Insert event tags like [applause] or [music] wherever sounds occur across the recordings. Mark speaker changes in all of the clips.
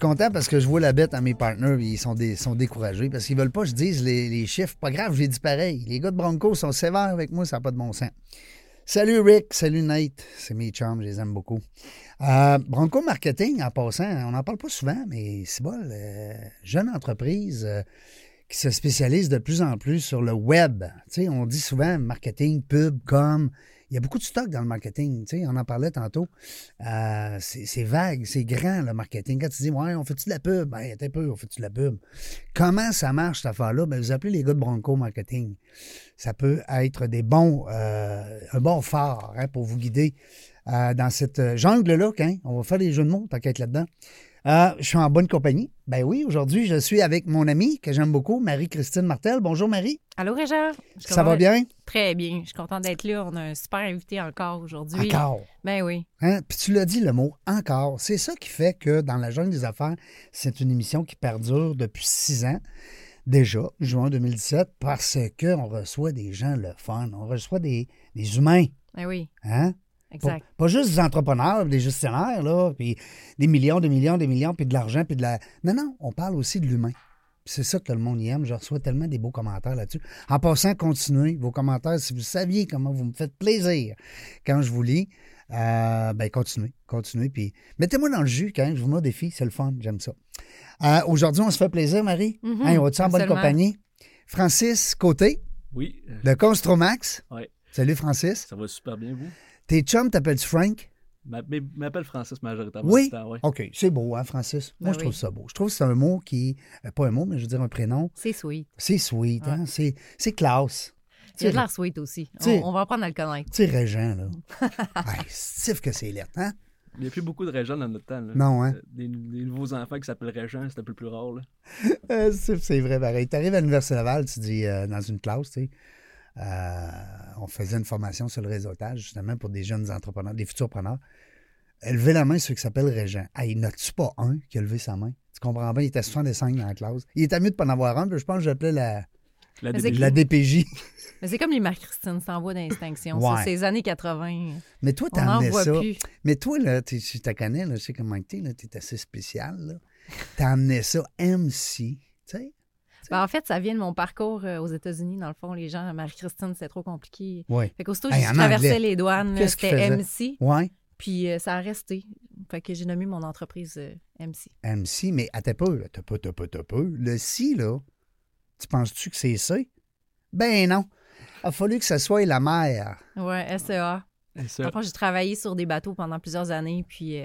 Speaker 1: suis content parce que je vois la bête à mes partenaires, ils sont, dé- sont découragés parce qu'ils veulent pas que je dise les, les chiffres. Pas grave, j'ai dit pareil. Les gars de Bronco sont sévères avec moi, ça n'a pas de bon sens. Salut Rick, salut Nate, c'est mes chums, je les aime beaucoup. Euh, Bronco Marketing, en passant, on n'en parle pas souvent, mais c'est bon, euh, jeune entreprise. euh, qui se spécialise de plus en plus sur le web. Tu sais, on dit souvent marketing, pub, com. Il y a beaucoup de stock dans le marketing. Tu sais, on en parlait tantôt. Euh, c'est c'est vague, c'est grand le marketing. Quand tu dis, ouais, on fait-tu de la pub? Ben, attends un peu, on fait-tu de la pub? Comment ça marche cette affaire-là? Ben, vous appelez les gars de Bronco Marketing. Ça peut être des bons, euh, un bon phare hein, pour vous guider euh, dans cette jungle-là. hein. On va faire des jeux de mots, t'inquiète là-dedans. Euh, je suis en bonne compagnie. Ben oui, aujourd'hui, je suis avec mon amie que j'aime beaucoup, Marie-Christine Martel. Bonjour Marie.
Speaker 2: Allô, Régent? Je suis
Speaker 1: Ça va
Speaker 2: contente-
Speaker 1: bien?
Speaker 2: Très bien. Je suis contente d'être là. On a un super invité encore aujourd'hui.
Speaker 1: Encore.
Speaker 2: Ben oui.
Speaker 1: Hein? Puis tu l'as dit le mot encore. C'est ça qui fait que dans la jungle des affaires, c'est une émission qui perdure depuis six ans déjà, juin 2017, parce qu'on reçoit des gens le fun. On reçoit des, des humains.
Speaker 2: Ben oui.
Speaker 1: Hein? Pas,
Speaker 2: Exact.
Speaker 1: pas juste des entrepreneurs, des gestionnaires, là, puis des millions, des millions, des millions, puis de l'argent, puis de la. Non, non, on parle aussi de l'humain. Puis C'est ça que le monde y aime. Je reçois tellement des beaux commentaires là-dessus. En passant, continuez vos commentaires. Si vous saviez comment vous me faites plaisir quand je vous lis, euh, ben continuez, continuez. Puis mettez-moi dans le jus quand même. Je vous mets au défi. C'est le fun. J'aime ça. Euh, Aujourd'hui, on se fait plaisir, Marie.
Speaker 2: Mhm,
Speaker 1: Hein, on est en bonne
Speaker 2: absolument.
Speaker 1: compagnie? Francis Côté
Speaker 3: Oui, euh,
Speaker 1: de Constromax.
Speaker 3: Ouais.
Speaker 1: Salut, Francis.
Speaker 3: ça va super bien, vous.
Speaker 1: Tes chums t'appelles-tu Frank?
Speaker 3: M'a- mais- M'appelle Francis majoritairement.
Speaker 1: Oui.
Speaker 3: du temps, ouais.
Speaker 1: OK, c'est beau, hein, Francis? Moi,
Speaker 2: Ben
Speaker 1: je trouve
Speaker 2: oui.
Speaker 1: ça beau. Je trouve que c'est un mot qui. euh, Pas un mot, mais je veux dire un prénom.
Speaker 2: C'est sweet.
Speaker 1: C'est sweet, hein? C'est, c'est classe.
Speaker 2: Il y a de l'air sweet aussi. On,
Speaker 1: sais-
Speaker 2: on va apprendre à le connaître.
Speaker 1: Tu sais, Régent, là.
Speaker 2: [laughs]
Speaker 1: hey, stiff que c'est lettre, hein?
Speaker 3: Il n'y a plus beaucoup de Régent dans notre temps. là.
Speaker 1: Non, hein?
Speaker 3: Euh, Des, des nouveaux enfants qui s'appellent Régent, c'est un peu plus rare. Là.
Speaker 1: Euh, c'est, c'est vrai, pareil. Tu arrives à l'Université Laval, tu dis euh, dans une classe, tu sais. euh, on faisait une formation sur le réseautage, justement, pour des jeunes entrepreneurs, des futurs preneurs. Levez la main ceux qui s'appellent Régent. Hey, n'as-tu pas un qui a levé sa main? Tu comprends bien, il était 65 dans la classe. Il était mieux de pas en avoir un, puis je pense que j'appelais la,
Speaker 3: La
Speaker 2: Mais c'est
Speaker 3: DBJ.
Speaker 1: la DPJ.
Speaker 2: Mais c'est comme les Marie-Christine s'envoient d'extinction.
Speaker 1: Ouais.
Speaker 2: Ça, c'est les années 80.
Speaker 1: Mais toi,
Speaker 2: On n'en
Speaker 1: t'emmenais
Speaker 2: voit
Speaker 1: ça.
Speaker 2: plus.
Speaker 1: Mais toi, là, t'es- tu te connais, là, je sais comment que t'es, là, t'es assez spécial, là. T'as amené ça MC, tu sais?
Speaker 2: Ben, en fait, ça vient de mon parcours euh, aux États-Unis. Dans le fond, les gens, Marie-Christine, c'est trop compliqué.
Speaker 1: Oui.
Speaker 2: Fait qu'aussitôt,
Speaker 1: Hey,
Speaker 2: j'ai
Speaker 1: en
Speaker 2: traversé
Speaker 1: anglais.
Speaker 2: les douanes. là,
Speaker 1: Qu'est-ce qu'il
Speaker 2: C'était
Speaker 1: faisait?
Speaker 2: MC.
Speaker 1: Ouais,
Speaker 2: Puis euh, ça a resté. Fait que j'ai nommé mon entreprise euh, MC.
Speaker 1: MC, mais à t'as peu, là, t'as peu, t'as peu, t'as peu. Le si, là, tu penses-tu que c'est ça? Ben non. Il a fallu que ça soit la mère.
Speaker 2: Ouais, E SEA.
Speaker 3: Et
Speaker 2: Dans
Speaker 3: ça,
Speaker 2: le fond, j'ai travaillé sur des bateaux pendant plusieurs années, puis euh,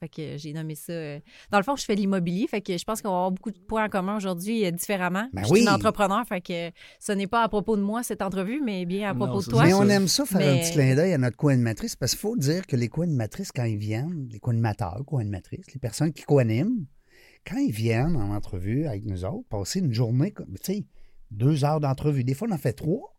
Speaker 2: fait que j'ai nommé ça. euh, Dans le fond, je fais de l'immobilier, fait que je pense qu'on va avoir beaucoup de points en commun aujourd'hui euh, différemment.
Speaker 1: Ben
Speaker 2: je suis
Speaker 1: oui.
Speaker 2: une entrepreneur, fait que ce n'est pas à propos de moi cette entrevue, mais bien à
Speaker 3: Non,
Speaker 2: propos de
Speaker 3: c'est
Speaker 2: toi.
Speaker 1: mais
Speaker 3: ça.
Speaker 1: on aime ça faire un
Speaker 2: Mais-
Speaker 1: petit clin d'œil à notre co-animatrice parce qu'il faut dire que les co-animatrices, quand ils viennent, les co-animateurs, co-animatrices, les personnes qui co-animent, quand ils viennent en entrevue avec nous autres, passer une journée, comme- tu sais, deux heures d'entrevue, des fois on en fait trois,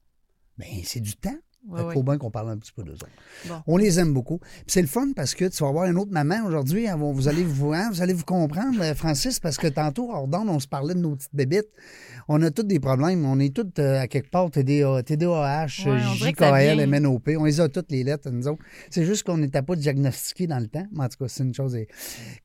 Speaker 1: ben c'est du temps.
Speaker 2: Ouais,
Speaker 1: Il
Speaker 2: ouais.
Speaker 1: faut bien qu'on parle un petit peu d'eux autres.
Speaker 2: Bon.
Speaker 1: On les aime beaucoup. Puis c'est le fun parce que tu vas avoir une autre maman aujourd'hui. Elle va- Vous allez vous, voir, vous allez vous comprendre, euh, Francis, parce que tantôt, Ordon, on se parlait de nos petites bébites. On a tous des problèmes. On est tous, euh, à quelque part, TDA, TDAH,
Speaker 2: Ouais, on dirait que ça
Speaker 1: JKL,
Speaker 2: vient.
Speaker 1: MNOP. On les a toutes les lettres, nous autres. C'est juste qu'on n'était pas diagnostiqués dans le temps. Mais en tout cas, c'est une chose.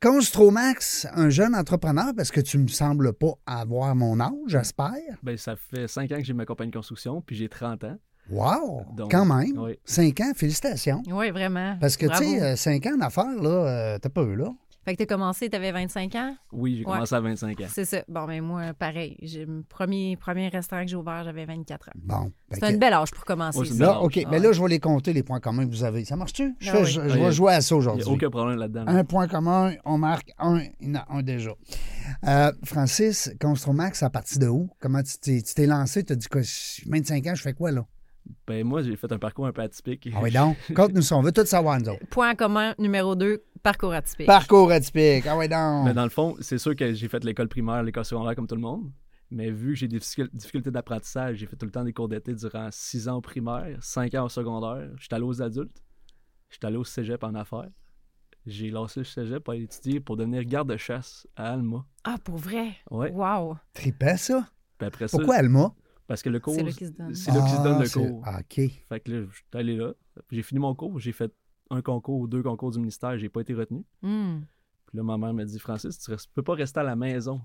Speaker 1: Constromax, un jeune entrepreneur, parce que tu me sembles pas avoir mon âge, j'espère.
Speaker 3: ben, ça fait 5 ans que j'ai ma compagnie de construction, puis j'ai 30 ans.
Speaker 1: Wow!
Speaker 3: Donc,
Speaker 1: Quand même.
Speaker 3: oui.
Speaker 1: Cinq ans, félicitations.
Speaker 2: Oui, vraiment.
Speaker 1: Parce que, tu
Speaker 2: Bravo.
Speaker 1: sais, 5 ans d'affaires, là, euh, t'as pas eu, là.
Speaker 2: Fait que t'as commencé, t'avais 25 ans.
Speaker 3: Oui, j'ai
Speaker 2: Ouais.
Speaker 3: commencé à 25 ans.
Speaker 2: C'est ça. Bon, mais moi, pareil. J'ai mon premier, premier restaurant que j'ai ouvert, j'avais 24 ans.
Speaker 1: Bon. fait
Speaker 2: C'est un
Speaker 1: que-
Speaker 2: bel âge pour commencer.
Speaker 3: Ah Ouais, c'est
Speaker 2: ça.
Speaker 1: Là, OK,
Speaker 2: Ouais.
Speaker 1: mais là, je vais les compter, les points communs que vous avez. Ça marche-tu? Je,
Speaker 2: Ah
Speaker 1: fais-
Speaker 2: oui.
Speaker 1: je, je
Speaker 3: Ah, y
Speaker 1: vais
Speaker 3: a-
Speaker 1: jouer à ça
Speaker 3: Il n'y a
Speaker 1: aujourd'hui.
Speaker 3: aucun problème là-dedans. là.
Speaker 1: Un point commun, on marque un, il y en a un déjà. Euh, Francis, Construmax, à partir de où? Comment tu t'es, tu t'es lancé? Tu as dit quoi? 25 ans, je fais quoi, là?
Speaker 3: Ben, moi, j'ai fait un parcours un peu atypique. [laughs]
Speaker 1: Ah oui, donc, compte-nous ça, on veut tout savoir, nous autres.
Speaker 2: Point en commun numéro 2, Parcours atypique.
Speaker 1: Parcours atypique. Ah ouais,
Speaker 3: Mais
Speaker 1: donc.
Speaker 3: dans le fond, c'est sûr que j'ai fait l'école primaire, l'école secondaire comme tout le monde. Mais vu que j'ai des difficul- difficultés d'apprentissage, j'ai fait tout le temps des cours d'été durant 6 ans au primaire, 5 ans au secondaire. J'étais allé aux adultes. J'étais allé au cégep en affaires. J'ai lancé le cégep pour aller étudier pour devenir garde-chasse à Alma.
Speaker 2: Ah, pour vrai?
Speaker 3: Ouais.
Speaker 2: Wow.
Speaker 1: Trippant, ça.
Speaker 3: Puis après ça,
Speaker 1: Pourquoi Alma?
Speaker 3: parce que le cours,
Speaker 2: C'est là qu'ils se donnent.
Speaker 3: c'est là qu'ils se
Speaker 1: Ah,
Speaker 3: donnent le
Speaker 1: c'est-
Speaker 3: cours.
Speaker 1: Ah, OK.
Speaker 3: Fait que là, j'étais allé là. Puis J'ai fini mon cours. J'ai fait un concours, deux concours du ministère. J'ai pas été retenu.
Speaker 2: Hmm.
Speaker 3: Puis là, ma mère m'a dit Francis, tu restes- peux pas rester à la maison.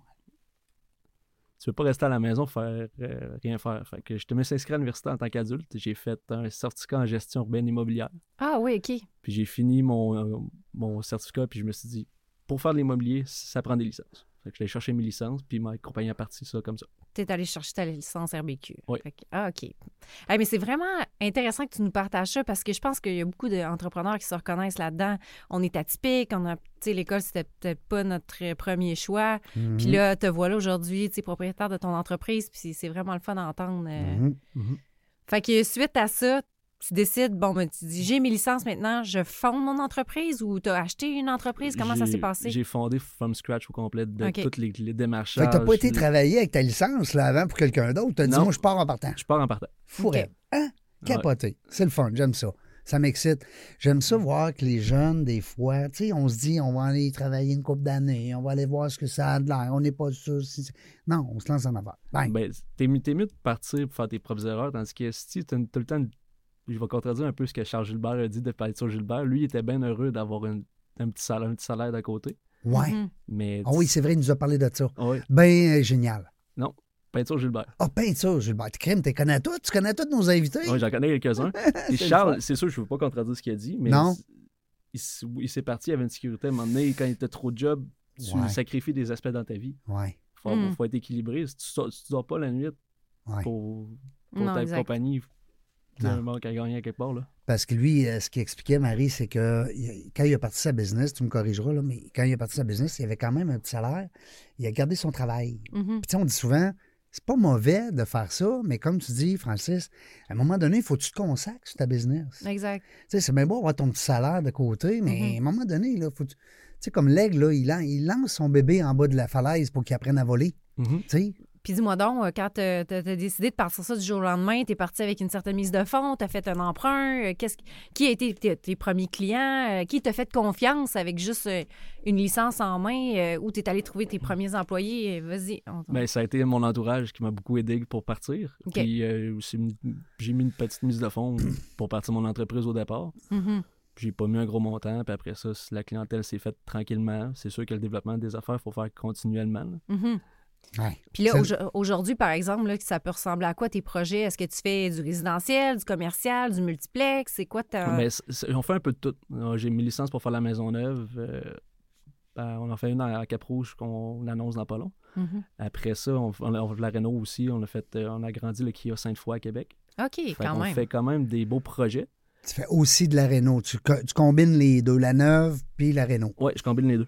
Speaker 3: Tu peux pas rester à la maison faire euh, rien faire. Fait que je te me suis inscrit à l'université en tant qu'adulte. J'ai fait un certificat en gestion urbaine immobilière.
Speaker 2: Ah oui, OK.
Speaker 3: Puis j'ai fini mon, euh, mon certificat. Puis je me suis dit, pour faire de l'immobilier, ça prend des licences. Fait que j'allais chercher mes licences. Puis ma compagnie a parti ça comme ça.
Speaker 2: T'es allé chercher ta licence RBQ.
Speaker 3: Oui.
Speaker 2: Fait que- ah, OK. Hey, mais c'est vraiment intéressant que tu nous partages ça parce que je pense qu'il y a beaucoup d'entrepreneurs qui se reconnaissent là-dedans. On est atypique, on a, tu sais, l'école, c'était peut-être pas notre premier choix. Puis
Speaker 1: Mhm.
Speaker 2: là, te voilà aujourd'hui, tu sais, propriétaire de ton entreprise, puis c'est- c'est vraiment le fun d'entendre. euh.
Speaker 1: Mhm.
Speaker 2: Fait que suite à ça, tu décides, bon, ben, tu dis, j'ai mes licences maintenant, je fonde mon entreprise ou t'as acheté une entreprise? Comment ça
Speaker 3: J'ai-
Speaker 2: s'est passé?
Speaker 3: J'ai fondé From Scratch au complet de
Speaker 2: Ok.
Speaker 3: toutes les, les démarches.
Speaker 1: Fait que t'as pas été travailler avec ta licence là, avant pour quelqu'un d'autre. T'as dit,
Speaker 3: Non.
Speaker 1: moi, je pars en partant.
Speaker 3: Je pars en partant.
Speaker 1: Fourré.
Speaker 2: Ok.
Speaker 1: Hein? Capoté. C'est le fun. J'aime ça. Ça m'excite. J'aime ça voir que les jeunes, des fois, tu sais, on se dit, on va aller travailler une couple d'années, on va aller voir ce que ça a de l'air. On n'est pas sûr. si- Non, on se lance en avant. Bang.
Speaker 3: Ben, t'es mieux, t'es mieux de partir pour faire tes propres erreurs, tandis que si t'as une- tout le temps, une- je vais contredire un peu ce que Charles Gilbert a dit de Palito Gilbert, lui, il était bien heureux d'avoir une- un, petit salaire, un petit salaire d'à côté.
Speaker 1: Ouais.
Speaker 2: Mhm.
Speaker 3: Mais
Speaker 1: Ah oui, c'est vrai, il nous a parlé de ça.
Speaker 3: Ouais,
Speaker 1: Ben, euh, génial.
Speaker 3: Palito Gilbert.
Speaker 1: Ah, peinture, Gilbert. Crime, tu connais tout? Tu connais tous nos invités?
Speaker 3: Ouais, J'en connais quelques-uns. Et
Speaker 1: [laughs] C'est le
Speaker 3: Charles, c'est sûr, je ne veux pas contredire ce qu'il a dit, mais
Speaker 1: Non.
Speaker 3: il, s- il s'est parti, il avait une sécurité à un moment donné, quand il était trop de job, tu
Speaker 1: Ouais.
Speaker 3: sacrifies des aspects dans ta vie.
Speaker 1: Ouais.
Speaker 3: Faut,
Speaker 2: Mm.
Speaker 3: faut être équilibré. Si tu, sors- si tu dors pas la nuit
Speaker 1: Ouais.
Speaker 3: pour, pour
Speaker 2: Non,
Speaker 3: ta
Speaker 2: exact.
Speaker 3: compagnie, t'as
Speaker 1: Non.
Speaker 3: un manque à gagner à quelque part. Là.
Speaker 1: Parce que lui, euh, ce qu'il expliquait, Marie, c'est que il- quand il a parti sa business, tu me corrigeras, là, mais quand il a parti sa business, il avait quand même un petit salaire. Il a gardé son travail.
Speaker 2: Mhm.
Speaker 1: Puis tu sais, on dit souvent, c'est pas mauvais de faire ça, mais comme tu dis, Francis, à un moment donné, il faut que tu te consacres sur ta business.
Speaker 2: Exact.
Speaker 1: Tu sais, c'est bien beau avoir ton petit salaire de côté, mais
Speaker 2: Mhm.
Speaker 1: à un moment donné, là, faut que tu tu sais, comme l'aigle, là, il, lan- il lance son bébé en bas de la falaise pour qu'il apprenne à voler. Tu sais,
Speaker 2: Puis dis-moi donc, euh, quand t'as t'as- t'as décidé de partir ça du jour au lendemain, t'es parti avec une certaine mise de fonds, t'as fait un emprunt, euh, qu'est-ce qui- qui a été tes, tes premiers clients, euh, qui t'a fait confiance avec juste euh, une licence en main, euh, où t'es allé trouver tes premiers employés, Euh, vas-y. on-
Speaker 3: Ben, ça a été mon entourage qui m'a beaucoup aidé pour partir.
Speaker 2: Ok.
Speaker 3: Puis euh, c'est une- j'ai mis une petite mise de fonds pour partir mon entreprise au départ.
Speaker 2: Mhm.
Speaker 3: Puis J'ai pas mis un gros montant. Puis après ça, la clientèle s'est faite tranquillement. C'est sûr que le développement des affaires, il faut faire continuellement. là.
Speaker 2: Mhm.
Speaker 1: ouais.
Speaker 2: Puis là,
Speaker 1: Ça-
Speaker 2: aujo- aujourd'hui, par exemple, là, que ça peut ressembler à quoi tes projets? Est-ce que tu fais du résidentiel, du commercial, du multiplex? C'est quoi ta...
Speaker 3: Mais c- c- on fait un peu de tout. Euh, J'ai mes licences pour faire la maison neuve. Euh, ben, on en fait une à Cap-Rouge qu'on annonce dans pas long.
Speaker 2: Mhm.
Speaker 3: Après ça, on, on, on la rénove aussi. On a, fait, euh, on a grandi le Kia Sainte-Foy à Québec.
Speaker 2: OK, quand
Speaker 3: on
Speaker 2: même.
Speaker 3: fait quand même des beaux projets.
Speaker 1: Tu fais aussi de la réno. Tu, co- tu combines les deux, la neuve puis la réno.
Speaker 3: Ouais, je combine les deux.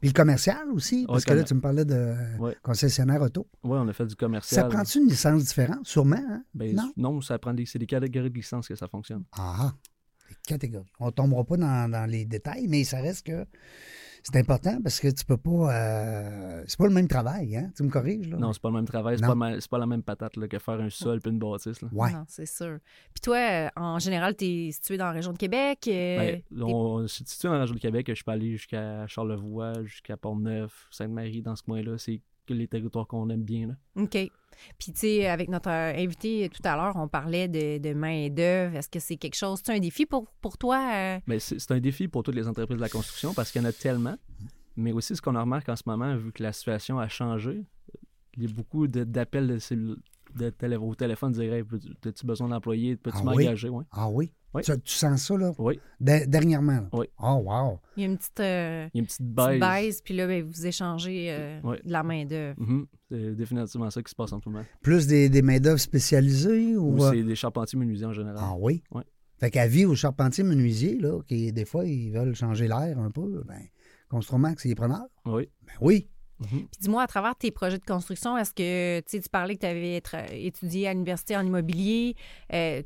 Speaker 1: Puis le commercial aussi, parce que là,
Speaker 3: commer-
Speaker 1: tu me parlais de
Speaker 3: Ouais.
Speaker 1: concessionnaire auto.
Speaker 3: Ouais, on a fait du commercial.
Speaker 1: Ça prend-tu une licence différente? Sûrement, hein?
Speaker 3: Ben,
Speaker 1: Non?
Speaker 3: non. ça prend des, c'est des catégories de licences que ça fonctionne.
Speaker 1: Ah, les catégories. On ne tombera pas dans, dans les détails, mais ça reste que c'est important parce que tu peux pas. euh, c'est pas le même travail, hein? Tu me corriges, là?
Speaker 3: Non, c'est pas le même travail, c'est
Speaker 1: Non.
Speaker 3: pas, ma- c'est pas la même patate là, que faire un sol puis une bâtisse. là.
Speaker 1: Ouais.
Speaker 2: Non, c'est sûr. Puis toi, euh, en général, t'es situé dans la région de Québec. euh,
Speaker 3: Ben,
Speaker 2: t'es-
Speaker 3: on, si tu es dans la région de Québec, je peux aller jusqu'à Charlevoix, jusqu'à Port-Neuf, Sainte-Marie, dans ce coin-là. C'est que les territoires qu'on aime bien. Là.
Speaker 2: OK. Puis, tu sais, avec notre euh, invité tout à l'heure, on parlait de, de main-d'œuvre. Est-ce que c'est quelque chose, c'est un défi pour, pour toi? euh?
Speaker 3: Ben, c'est c'est un défi pour toutes les entreprises de la construction parce qu'il y en a tellement. Mais aussi, ce qu'on remarque en ce moment, vu que la situation a changé, il y a beaucoup de- d'appels de cellul- de télé- au téléphone direct. As-tu besoin d'employés? Peux-tu
Speaker 1: Ah oui?
Speaker 3: m'engager? Ouais.
Speaker 1: Ah oui?
Speaker 3: Oui.
Speaker 1: Tu, tu sens ça, là?
Speaker 3: Oui.
Speaker 1: De- dernièrement, là?
Speaker 3: Oui.
Speaker 1: Oh, wow.
Speaker 2: Il y a une petite, euh,
Speaker 3: Il y a une petite
Speaker 2: petite
Speaker 3: baisse.
Speaker 2: baisse, puis là, ben, vous échangez euh,
Speaker 3: Ouais.
Speaker 2: de la main-d'œuvre.
Speaker 3: Mhm. C'est définitivement ça qui se passe en tout moment.
Speaker 1: Plus des, des main-d'œuvre spécialisées ou.
Speaker 3: Ou
Speaker 1: euh,
Speaker 3: c'est des charpentiers menuisiers en général.
Speaker 1: Ah oui?
Speaker 3: Hein? Ouais.
Speaker 1: Fait qu'à vie aux charpentiers menuisiers, là, qui des fois, ils veulent changer l'air un peu, ben, Construmax, c'est les preneurs.
Speaker 3: Oui.
Speaker 1: Ben oui.
Speaker 3: Mhm.
Speaker 2: Puis, dis-moi, à travers tes projets de construction, est-ce que, tu sais, tu parlais que tu avais étudié à l'université en immobilier. euh,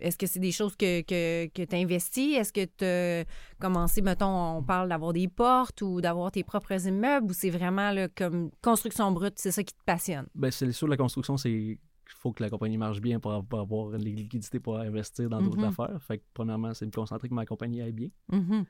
Speaker 2: Est-ce que c'est des choses que, que, que tu investis? Est-ce que tu as commencé, mettons, on parle d'avoir des portes ou d'avoir tes propres immeubles ou c'est vraiment là, comme construction brute, c'est ça qui te passionne?
Speaker 3: Ben, c'est sûr, la construction, c'est il faut que la compagnie marche bien pour avoir, pour avoir les liquidités pour investir dans d'autres
Speaker 2: Mhm.
Speaker 3: affaires. Fait que, premièrement, c'est me concentrer que ma compagnie aille bien.
Speaker 2: Mhm.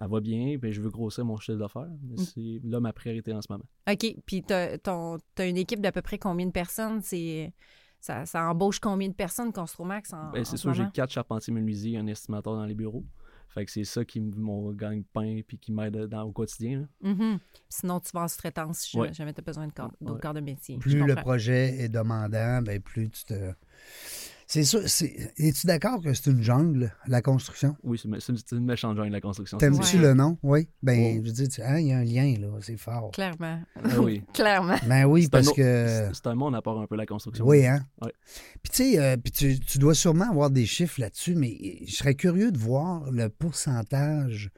Speaker 3: Elle va bien, puis je veux grossir mon chiffre d'affaires. Mais
Speaker 2: Mm.
Speaker 3: c'est là ma priorité en ce moment.
Speaker 2: OK. Puis tu as, une équipe d'à peu près combien de personnes? C'est ça, ça embauche combien de personnes Construmax en,
Speaker 3: Ben,
Speaker 2: Ah, en
Speaker 3: c'est
Speaker 2: ce
Speaker 3: sûr, j'ai
Speaker 2: moment?
Speaker 3: quatre charpentiers menuisiers, un estimateur dans les bureaux. Fait que c'est ça qui m- mon gagne-pain puis qui m'aide dans- au quotidien. là.
Speaker 2: Mhm. Sinon, tu vas en sous-traitance si
Speaker 3: Ouais.
Speaker 2: jamais tu as besoin de corps- d'autres
Speaker 3: Ouais.
Speaker 2: corps de métier. Je
Speaker 1: Plus le
Speaker 2: comprends.
Speaker 1: projet est demandant, ben plus tu te. C'est sûr. c'est- Es-tu d'accord que c'est une jungle, la construction?
Speaker 3: Oui, c'est c'est une, c'est une méchante jungle, la construction. c'est
Speaker 1: T'aimes-tu
Speaker 2: Ouais.
Speaker 1: le nom? Oui. Ben,
Speaker 3: Ah, Oh.
Speaker 1: je dis, tu- hein, il y a un lien, là, c'est fort.
Speaker 2: Clairement.
Speaker 3: sûr. Ah oui.
Speaker 2: [laughs] Clairement.
Speaker 1: Ben oui,
Speaker 3: C'est un
Speaker 1: parce
Speaker 3: autre-
Speaker 1: que.
Speaker 3: c'est- C'est un monde à part un peu la construction.
Speaker 1: Euh. Oui, hein?
Speaker 3: Ouais.
Speaker 1: Puis, tu sais, euh, puis tu, tu dois sûrement avoir des chiffres là-dessus, mais je serais curieux de voir le pourcentage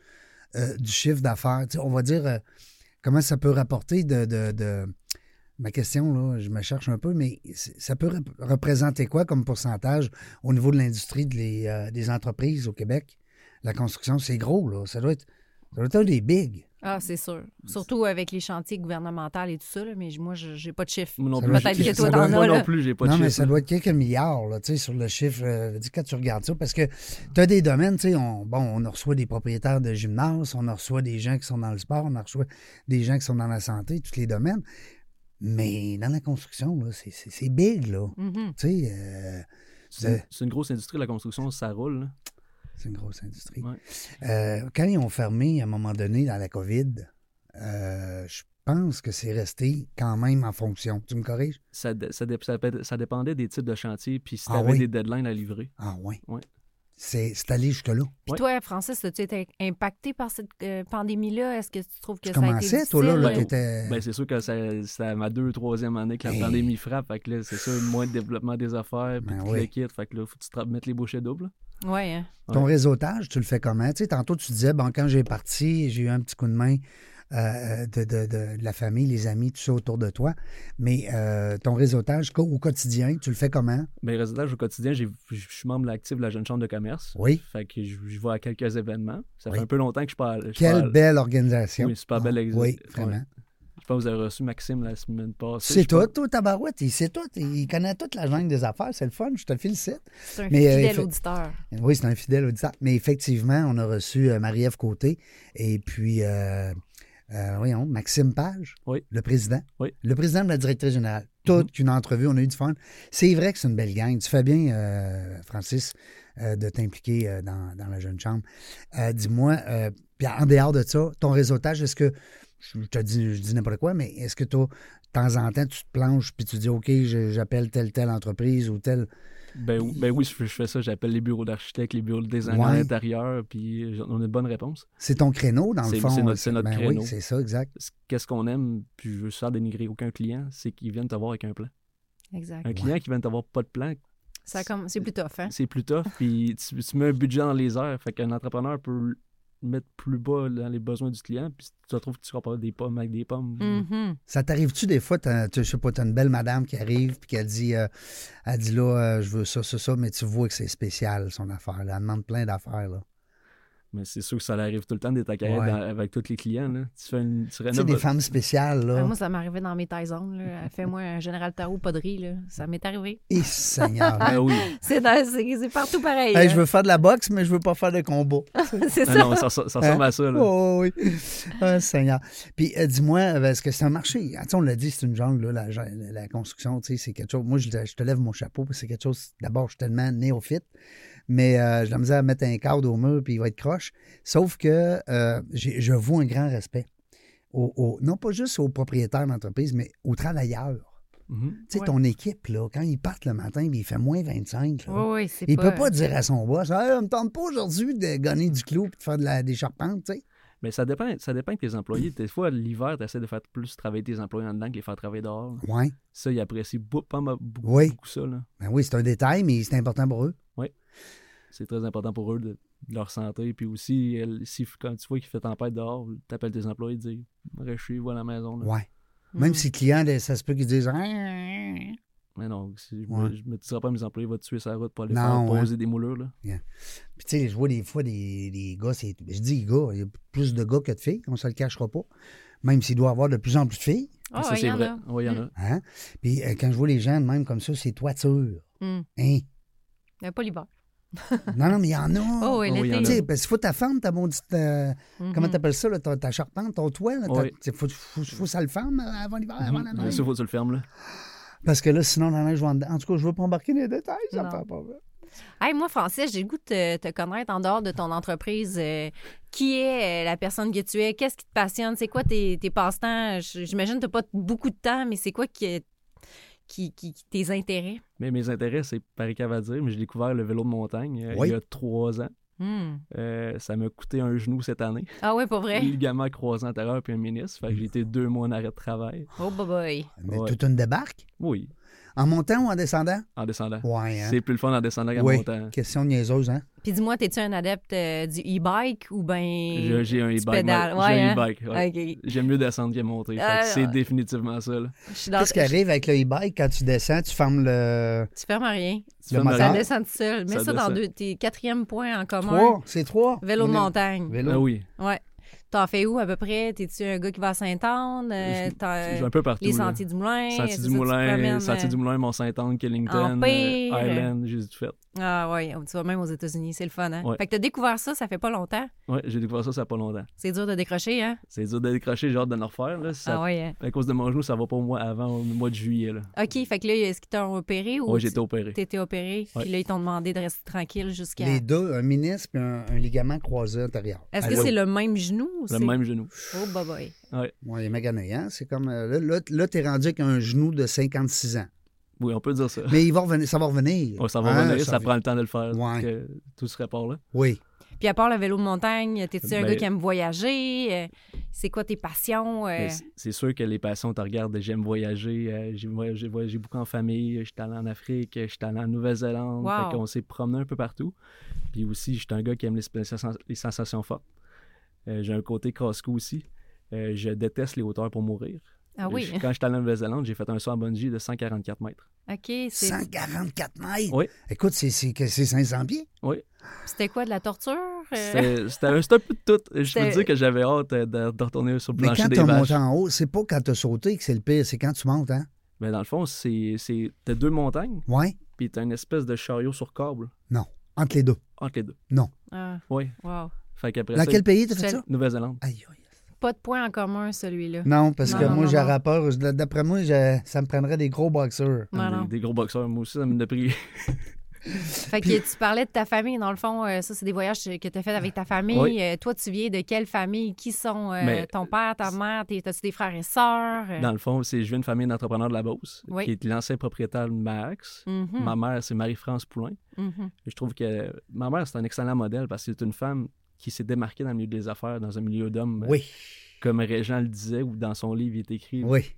Speaker 1: euh, du chiffre d'affaires. Tu sais, on va dire euh, comment ça peut rapporter de, de- de- Ma question, là, je me cherche un peu, mais c'est- ça peut rep- représenter quoi comme pourcentage au niveau de l'industrie de les, euh, des entreprises au Québec? La construction, c'est gros, là. Ça doit être, ça doit être un des bigs.
Speaker 2: Ah, c'est sûr. Surtout avec les chantiers gouvernementaux et tout ça, là, mais je- moi, je n'ai pas de chiffre.
Speaker 3: Moi non
Speaker 1: Ça
Speaker 3: plus,
Speaker 1: doit-
Speaker 3: j'ai-
Speaker 1: peut-être que toi,
Speaker 3: moi
Speaker 1: t'en
Speaker 3: non
Speaker 2: as, là.
Speaker 3: plus, j'ai pas de hein.
Speaker 1: non, mais
Speaker 3: chiffre.
Speaker 1: ça doit être quelques milliards, là, tu sais, sur le chiffre. euh, dis, quand tu regardes ça, parce que tu as des domaines, tu sais, on, bon, on en reçoit des propriétaires de gymnase, on en reçoit des gens qui sont dans le sport, on en reçoit des gens qui sont dans la santé, tous les domaines. Mais dans la construction, là, c'est- c'est c'est big, là.
Speaker 2: Mhm.
Speaker 1: Tu sais, euh,
Speaker 3: C'est une- c'est une grosse industrie, la construction, ça roule. là.
Speaker 1: c'est une grosse industrie.
Speaker 3: Ouais.
Speaker 1: Euh, quand ils ont fermé, à un moment donné, dans la COVID, euh, je pense que c'est resté quand même en fonction. Tu me corriges?
Speaker 3: Ça, dé- ça, dé- ça dé- ça dépendait des types de chantiers, puis si
Speaker 1: Ah
Speaker 3: t'avais
Speaker 1: oui.
Speaker 3: des deadlines à livrer.
Speaker 1: Ah ouais.
Speaker 3: Ouais.
Speaker 1: C'est c'est allé jusque-là.
Speaker 2: Puis
Speaker 3: Ouais.
Speaker 2: toi, Francis, as-tu été impacté par cette euh, pandémie-là? Est-ce que tu trouves que
Speaker 1: Tu
Speaker 2: ça a été
Speaker 1: commençais, toi, là, là
Speaker 2: difficile?
Speaker 3: Ouais.
Speaker 1: t'étais-
Speaker 3: Ben, c'est sûr que ça- c'est à ma deux ou troisième année que la
Speaker 1: Hey.
Speaker 3: pandémie frappe. Fait que là, c'est sûr, moins de développement des affaires, puis
Speaker 1: Ben
Speaker 3: tout
Speaker 1: oui.
Speaker 3: le kit. Fait que là, faut que tu te mettes les bouchées doubles. là.
Speaker 2: Ouais, hein.
Speaker 1: Ton réseautage, tu le fais comment? Tu sais, tantôt, tu disais, bon, quand j'ai parti, j'ai eu un petit coup de main euh, de, de- de- de la famille, les amis, tout ça autour de toi. Mais euh, ton réseautage co- au quotidien, tu le fais comment?
Speaker 3: Mes résultats Ben, au quotidien, j'ai- je suis membre actif de la Jeune Chambre de commerce.
Speaker 1: Oui.
Speaker 3: Fait que je, je vais à quelques événements. Ça
Speaker 1: Oui. ben
Speaker 3: fait un peu longtemps que je parle. Je,
Speaker 1: Quelle
Speaker 3: parle-
Speaker 1: belle organisation.
Speaker 3: Oui, super belle ex-
Speaker 1: Oui, vraiment.
Speaker 3: ouais. je pense que vous avez reçu Maxime la semaine passée.
Speaker 1: C'est
Speaker 3: je pense.
Speaker 1: tout, toi, Tabarouette, il sait tout. Il connaît toute la jungle des affaires, c'est le fun, je te le félicite.
Speaker 2: C'est un
Speaker 1: Mais, euh,
Speaker 2: fidèle
Speaker 1: effe-
Speaker 2: auditeur.
Speaker 1: Oui, c'est un fidèle auditeur. Mais effectivement, on a reçu euh, Marie-Ève Côté et puis, euh, euh, voyons, Maxime Page,
Speaker 3: Oui.
Speaker 1: le président.
Speaker 3: Oui. Mhm.
Speaker 1: Le président de la directrice générale. Toute une entrevue, on a eu du fun. C'est vrai que c'est une belle gang. Tu fais bien, euh, Francis, euh, de t'impliquer euh, dans, dans la jeune chambre. Euh, Dis-moi, euh, puis en dehors de ça, ton réseautage, est-ce que, je te dis, je dis n'importe quoi, mais est-ce que toi, de temps en temps, tu te planches puis tu dis, OK, je- j'appelle telle, telle entreprise ou telle.
Speaker 3: Ben, ou- ben oui, je, je fais ça. J'appelle les bureaux d'architectes, les bureaux de design à
Speaker 1: Ouais.
Speaker 3: l'intérieur, puis j- on a une bonne réponse.
Speaker 1: C'est ton créneau, dans le
Speaker 3: C'est-
Speaker 1: fond.
Speaker 3: c'est notre- c'est notre
Speaker 1: Ben
Speaker 3: créneau.
Speaker 1: Oui, c'est ça, exact.
Speaker 3: C- Qu'est-ce qu'on aime, puis je veux sans dénigrer aucun client, c'est qu'ils viennent te voir avec un plan.
Speaker 2: Exact.
Speaker 3: Un client qui vient de t'avoir pas de plan,
Speaker 2: Ça comme... C'est plus tough, hein?
Speaker 3: c'est plus tough, puis tu, tu mets un budget dans les airs. Fait qu'un entrepreneur peut le mettre plus bas dans les besoins du client, puis tu te retrouves que tu seras pas des pommes avec des pommes.
Speaker 2: Mhm.
Speaker 1: Ça t'arrive-tu des fois, t'as- tu- je sais pas, t'as une belle madame qui arrive puis qu'elle dit, euh, elle dit là, euh, je veux ça, ça, ça, mais tu vois que c'est spécial son affaire. Là. Elle demande plein d'affaires. là.
Speaker 3: Mais c'est sûr que ça arrive tout le temps des taquettes
Speaker 1: Ouais.
Speaker 3: avec tous les clients. Ben Là. Tu fais une.
Speaker 1: Tu
Speaker 3: Tu
Speaker 1: sais,
Speaker 3: rénoves-
Speaker 1: des femmes spéciales.
Speaker 2: Ah,
Speaker 1: Là.
Speaker 2: moi, ça m'arrivait dans mes taisons. là. Fais-moi un général tarot poderie. Là. Ça m'est arrivé.
Speaker 1: Et Seigneur.
Speaker 3: [laughs] Ah oui.
Speaker 2: C'est dans- c'est- c'est partout pareil.
Speaker 1: Hey,
Speaker 2: là.
Speaker 1: je veux faire de la boxe, mais je veux pas faire de combat.
Speaker 2: [laughs] c'est
Speaker 3: Ah
Speaker 2: ça.
Speaker 3: non, ça, ça- ça ressemble à ça. là.
Speaker 1: Hein? Oh, oui. Ah, Seigneur. Puis euh, dis-moi, euh, est-ce que c'est un marché? Ah, tu sais, on l'a dit, c'est une jungle, là, la, la- la construction, tu sais, c'est quelque chose. Moi, je, je te lève mon chapeau, parce que c'est quelque chose. D'abord, je suis tellement néophyte, mais euh, j'ai la misère à mettre un cadre au mur, puis il va être croche. Sauf que euh, j'ai- je voue un grand respect. au- au- non pas juste aux propriétaires d'entreprise, mais aux travailleurs.
Speaker 3: Mhm.
Speaker 1: Tu sais,
Speaker 2: Ouais.
Speaker 1: ton équipe, là, quand ils partent le matin, puis il fait moins 25, là,
Speaker 2: Oui, oui, Oh, c'est euh,
Speaker 1: il peut pas dire à son boss, Hey, on me tente pas aujourd'hui de gagner du clou et de faire de la, des charpentes, tu sais.
Speaker 3: Mais ça dépend, ça dépend de tes employés. Des fois, l'hiver, tu essaies de faire plus travailler tes employés en dedans que les faire travailler dehors.
Speaker 1: Ouais.
Speaker 3: Ça, ils apprécient beaucoup, pas mal- beaucoup,
Speaker 1: Oui.
Speaker 3: beaucoup ça. là.
Speaker 1: Ben oui, c'est un détail, mais c'est important pour eux.
Speaker 3: C'est très important pour eux de, de leur santé. Puis aussi, elle- si quand tu vois qu'il fait tempête dehors, tu appelles tes employés et dis Reste chez vous à la maison. là.
Speaker 2: euh, Mm.
Speaker 1: Ouais. Même si le client, là, ça se peut qu'ils disent Hein, hein, hein.
Speaker 3: Mais non, si je
Speaker 1: Ouais.
Speaker 3: me- je ne me dirais pas à mes employés, va tuer sa route pour aller
Speaker 1: Non,
Speaker 3: faire
Speaker 1: ouais.
Speaker 3: poser des moulures. Là.
Speaker 1: Puis tu sais, je vois des fois des, des gars, c'est, je dis gars, il y a plus de gars que de filles, on se le cachera pas, même s'il doit y avoir de plus en plus de filles.
Speaker 2: Ah,
Speaker 3: ça,
Speaker 2: ouais, il
Speaker 3: c'est
Speaker 2: y en
Speaker 3: vrai.
Speaker 2: a.
Speaker 3: Ouais, il y en a.
Speaker 1: Hein? Puis euh, quand je vois les gens de même comme ça, c'est toiture.
Speaker 2: Hum.
Speaker 1: Hein?
Speaker 2: Il y a pas l'hiver.
Speaker 1: Non, non, mais il Ah. y en a.
Speaker 2: [laughs] Oh, oui,
Speaker 3: Oh, oui, il
Speaker 2: l'été.
Speaker 3: y en a.
Speaker 1: Tu sais, parce qu'il faut ta fente, ta maudite. euh,
Speaker 2: Mhm.
Speaker 1: Comment t'appelles ça, là, ta, ta charpente, ton toit? Il
Speaker 3: Oui.
Speaker 1: faut, faut, faut ça le ferme euh, avant l'hiver,
Speaker 2: Mm-hmm.
Speaker 1: avant la
Speaker 3: Mhm. Ouais,
Speaker 1: neige.
Speaker 3: Ça, faut que tu le fermes. Là.
Speaker 1: Parce que là, sinon, la neige va en dedans. En tout cas, je veux pas embarquer dans les détails, ça me
Speaker 2: Non.
Speaker 1: fait pas peur.
Speaker 2: Hey, moi, Francis, j'ai le goût de te, te connaître en dehors de ton entreprise. Euh, qui est euh, la personne que tu es? Qu'est-ce qui te passionne? C'est quoi tes, tes passe-temps? J- J'imagine que tu n'as pas beaucoup de temps, mais c'est quoi qui, qui, qui- qui- tes intérêts?
Speaker 3: Mais mes intérêts, c'est pareil qu'à va dire, mais j'ai découvert le vélo de montagne euh,
Speaker 1: Oui.
Speaker 3: il y a trois ans.
Speaker 2: Hmm.
Speaker 3: Euh, ça m'a coûté un genou cette année.
Speaker 2: Ah oui, pour vrai?
Speaker 3: Ligament croisant antérieur puis un ministre. Fait que j'ai été deux mois en arrêt de travail.
Speaker 2: Oh, boy, boy.
Speaker 1: Mais
Speaker 3: Ouais.
Speaker 1: toute une débarque?
Speaker 3: Oui,
Speaker 1: En montant ou en descendant?
Speaker 3: en descendant.
Speaker 1: Ouais, hein?
Speaker 3: C'est plus le fun en descendant qu'en
Speaker 1: Oui.
Speaker 3: montant.
Speaker 1: Question niaiseuse, hein?
Speaker 2: Puis dis-moi, es-tu un adepte euh, du e-bike ou
Speaker 3: Je-
Speaker 2: bien.
Speaker 3: J'ai un
Speaker 2: Tu
Speaker 3: e-bike.
Speaker 2: pédales,
Speaker 3: moi. J'ai
Speaker 2: ouais,
Speaker 3: un
Speaker 2: hein?
Speaker 3: e-bike. ouais.
Speaker 2: Ok,
Speaker 3: J'aime mieux descendre que monter. Fait que
Speaker 2: Ah,
Speaker 3: c'est
Speaker 2: ouais.
Speaker 3: définitivement ça. là.
Speaker 2: je suis dans
Speaker 1: Qu'est-ce qui arrive avec le e-bike quand tu descends? Tu fermes le.
Speaker 2: Tu fermes rien.
Speaker 3: Tu
Speaker 1: Le
Speaker 3: fermes
Speaker 1: moteur.
Speaker 2: Ça
Speaker 1: Ah.
Speaker 3: la-
Speaker 2: descend tout seul. Mets ça,
Speaker 3: Ça
Speaker 2: dans
Speaker 3: descend.
Speaker 2: deux, tes quatrièmes points en commun.
Speaker 1: Trois. C'est trois.
Speaker 2: Vélo de
Speaker 1: Vélo-
Speaker 2: montagne.
Speaker 1: Vélo.
Speaker 3: Ah oui,
Speaker 2: Ouais. T'en fais où à peu près? T'es-tu un gars qui va à Saint-Anne? Euh,
Speaker 3: Je-
Speaker 2: t'as-
Speaker 3: j'ai un peu partout.
Speaker 2: les
Speaker 3: là.
Speaker 2: sentiers du Moulin?
Speaker 3: Sentier
Speaker 2: c'est ça, tu
Speaker 3: du
Speaker 2: te
Speaker 3: Moulin,
Speaker 2: promènes,
Speaker 3: Sentier
Speaker 2: euh,
Speaker 3: du Moulin, Mont-Saint-Anne, Killington,
Speaker 2: Empire.
Speaker 3: euh, Island, j'ai tout fait.
Speaker 2: Ah ouais, tu vas même aux États-Unis, c'est le fun, hein?
Speaker 3: Ouais.
Speaker 2: Fait que t'as découvert ça, ça fait pas longtemps.
Speaker 3: Ouais, j'ai découvert ça, ça n'a pas longtemps.
Speaker 2: C'est dur de décrocher, hein?
Speaker 3: C'est dur de décrocher, j'ai hâte de le refaire. Là. Ça-
Speaker 2: Ah ouais. hein.
Speaker 3: À cause de mon genou, ça va pas au mois avant au mois de juillet. Là.
Speaker 2: OK, fait que là, est-ce qu'ils t'ont opéré ou
Speaker 3: Ouais,
Speaker 2: tu-
Speaker 3: j'ai été opéré.
Speaker 2: t'étais opéré?
Speaker 3: Ouais.
Speaker 2: Puis là, ils t'ont demandé de rester tranquille jusqu'à...
Speaker 1: Les deux, un ministre puis un, un ligament croisé antérieur.
Speaker 2: Est-ce que
Speaker 3: Ah,
Speaker 2: c'est
Speaker 3: oui.
Speaker 2: le même genou? ou
Speaker 3: Le
Speaker 2: c'est-
Speaker 3: même genou.
Speaker 2: Oh, bye bye.
Speaker 1: Ouais, il est magané, hein? C'est comme. euh, Là, là, là, t'es rendu avec un genou de 56 ans.
Speaker 3: Oui, on peut dire ça.
Speaker 1: Mais il va revenir, ça va revenir.
Speaker 3: Ouais, Oh, ça va
Speaker 1: Hein,
Speaker 3: revenir, ça,
Speaker 1: revient.
Speaker 3: prend le temps de le faire.
Speaker 1: Ouais.
Speaker 3: que tout ce rapport-là.
Speaker 1: Oui.
Speaker 2: Puis à part le vélo de montagne, t'es-tu un
Speaker 3: Ben-
Speaker 2: gars qui aime voyager? Euh, C'est quoi tes passions? euh?
Speaker 3: Mais Ben, c'est- C'est sûr que les passions te regardent. J'aime voyager. euh, j'ai voy- j'ai voyagé beaucoup en famille. Je suis allé en Afrique. Je suis allé en Nouvelle-Zélande.
Speaker 2: Wow.
Speaker 3: on s'est promené un peu partout. Puis aussi, je suis un gars qui aime les, sens- les sensations fortes. Euh, j'ai un côté casse-cou aussi. Euh, je déteste les hauteurs pour mourir.
Speaker 2: Ah oui,
Speaker 3: Je- quand j'étais allé en Nouvelle-Zélande, j'ai fait un saut en bungee de 144 mètres.
Speaker 2: OK. c'est-
Speaker 1: 144 mètres.
Speaker 3: Oui.
Speaker 1: Écoute, c'est, c'est, que c'est 500 pieds.
Speaker 2: C'était quoi, de la torture? Euh,
Speaker 3: C'était c'était un, c'était un peu de tout. Je peux
Speaker 2: C'était-
Speaker 3: te dire que j'avais hâte euh, de, de retourner sur le
Speaker 1: Mais
Speaker 3: plancher
Speaker 1: quand
Speaker 3: des
Speaker 1: t'as
Speaker 3: vaches.
Speaker 1: monté en haut, c'est pas quand t'as sauté que c'est le pire, c'est quand tu montes, hein?
Speaker 3: Mais dans le fond, c'est c'est- t'as deux montagnes,
Speaker 1: Oui.
Speaker 3: puis t'as une espèce de chariot sur câble
Speaker 1: Entre les deux.
Speaker 3: entre les deux.
Speaker 2: Ah,
Speaker 3: Oui.
Speaker 2: wow.
Speaker 3: Fait qu'après
Speaker 1: Dans
Speaker 3: ça,
Speaker 1: quel pays t'as fait
Speaker 2: c'est-
Speaker 1: ça?
Speaker 3: Nouvelle-Zélande.
Speaker 1: Aïe, aïe.
Speaker 2: Pas de point en commun,
Speaker 3: [laughs]
Speaker 2: celui-là.
Speaker 1: Non, parce
Speaker 2: Non,
Speaker 1: que
Speaker 2: non,
Speaker 1: moi,
Speaker 2: non,
Speaker 1: j'aurais peur. Je- D'après moi, je- ça me prendrait des gros boxeurs.
Speaker 2: Ouais, non.
Speaker 3: Des, des gros boxeurs, moi aussi, ça me l'a pris.
Speaker 2: Fait que tu parlais de ta famille, dans le fond, euh, ça, c'est des voyages que tu as fait avec ta famille.
Speaker 3: Oui.
Speaker 2: Euh, toi, tu viens de quelle famille? Qui sont euh,
Speaker 3: Mais-
Speaker 2: ton père, ta mère? T'es- T'as-tu des frères et sœurs? Euh,
Speaker 3: Dans le fond, c'est je viens d'une famille d'entrepreneurs de la Beauce,
Speaker 2: Oui.
Speaker 3: qui est l'ancien propriétaire de Max.
Speaker 2: mhm,
Speaker 3: Ma mère, c'est Marie-France Poulain.
Speaker 2: mhm.
Speaker 3: Je trouve que ma mère, c'est un excellent modèle parce que c'est une femme qui s'est démarquée dans le milieu des affaires, dans un milieu d'hommes, euh,
Speaker 1: Oui.
Speaker 3: comme Régent le disait, ou dans son livre, il est écrit.
Speaker 1: Oui.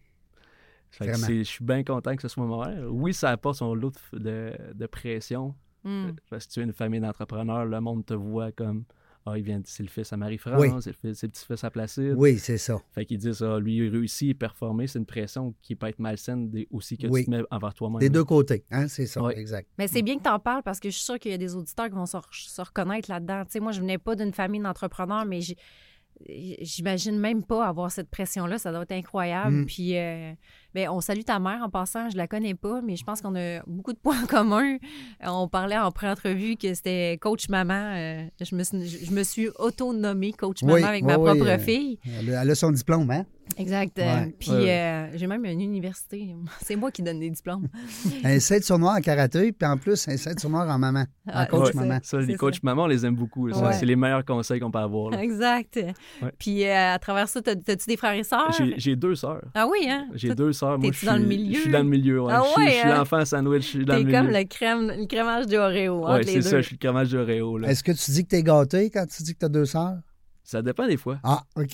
Speaker 3: Fait que
Speaker 1: Vraiment.
Speaker 3: c'est- je suis bien content que ce soit ma mère. Oui, ça apporte son lot de, f- de- de pression.
Speaker 2: Mm.
Speaker 3: Parce que tu es une famille d'entrepreneurs, le monde te voit comme Ah, il vient de- c'est le fils à Marie-France,
Speaker 1: Oui.
Speaker 3: c'est le, fils- c'est le petit-fils à Placide.
Speaker 1: Oui, c'est ça.
Speaker 3: Fait qu'ils disent Ah, lui, il réussit, il performé. C'est une pression qui peut être malsaine des- aussi que
Speaker 1: Oui.
Speaker 3: tu te mets envers toi-même.
Speaker 1: Des deux côtés, hein? C'est ça,
Speaker 3: Oui.
Speaker 1: exact.
Speaker 2: Mais c'est bien que t'en parles parce que je suis sûre qu'il y a des auditeurs qui vont se, re- se reconnaître là-dedans. Tu sais, moi, je venais pas d'une famille d'entrepreneurs, mais j'ai- j'imagine même pas avoir cette pression-là. Ça doit être incroyable.
Speaker 1: Mm.
Speaker 2: Puis, euh, ben, on salue ta mère en passant. Je la connais pas, mais je pense qu'on a beaucoup de points en commun. Euh, On parlait en pré-entrevue que c'était coach maman. Euh, je, me, suis- je je me suis auto-nommée coach maman
Speaker 1: Oui,
Speaker 2: avec
Speaker 1: oui,
Speaker 2: ma
Speaker 1: oui,
Speaker 2: propre
Speaker 1: euh,
Speaker 2: fille.
Speaker 1: Elle a elle a son diplôme, hein?
Speaker 2: Exact.
Speaker 1: Ouais.
Speaker 2: Euh, Puis,
Speaker 3: Ouais,
Speaker 2: euh, j'ai même une université. [laughs] C'est moi qui donne des diplômes.
Speaker 1: Un 7 sur noir en karaté, puis en plus, un 7 sur noir en maman. En
Speaker 2: Ah,
Speaker 1: coach
Speaker 2: c'est-
Speaker 1: maman.
Speaker 3: Ça, les
Speaker 2: c'est
Speaker 3: coachs maman, on les aime beaucoup. là. Ça,
Speaker 2: Ouais.
Speaker 3: C'est les meilleurs conseils qu'on peut avoir. là.
Speaker 2: Exact. Puis euh, à travers ça, t'as- t'as-tu des frères et sœurs?
Speaker 3: J'ai- J'ai deux sœurs.
Speaker 2: Ah oui, hein?
Speaker 3: J'ai
Speaker 2: Toi,
Speaker 3: deux sœurs. Moi, je
Speaker 2: t'es-tu
Speaker 3: suis
Speaker 2: dans le milieu?
Speaker 3: Je suis dans le milieu. ouais.
Speaker 2: Ah
Speaker 3: je suis, je
Speaker 2: ouais,
Speaker 3: suis
Speaker 2: hein?
Speaker 3: l'enfant sandwich. Je suis dans
Speaker 2: T'es
Speaker 3: le
Speaker 2: comme
Speaker 3: milieu.
Speaker 2: le, crème, le crémage d'Oreo
Speaker 3: Ouais,
Speaker 2: entre les
Speaker 3: c'est
Speaker 2: deux.
Speaker 3: ça. Je suis le fromage de Réo. là.
Speaker 1: Est-ce que tu dis que t'es gâté quand tu dis que t'as deux sœurs?
Speaker 3: Ça dépend des fois.
Speaker 1: Ah, OK.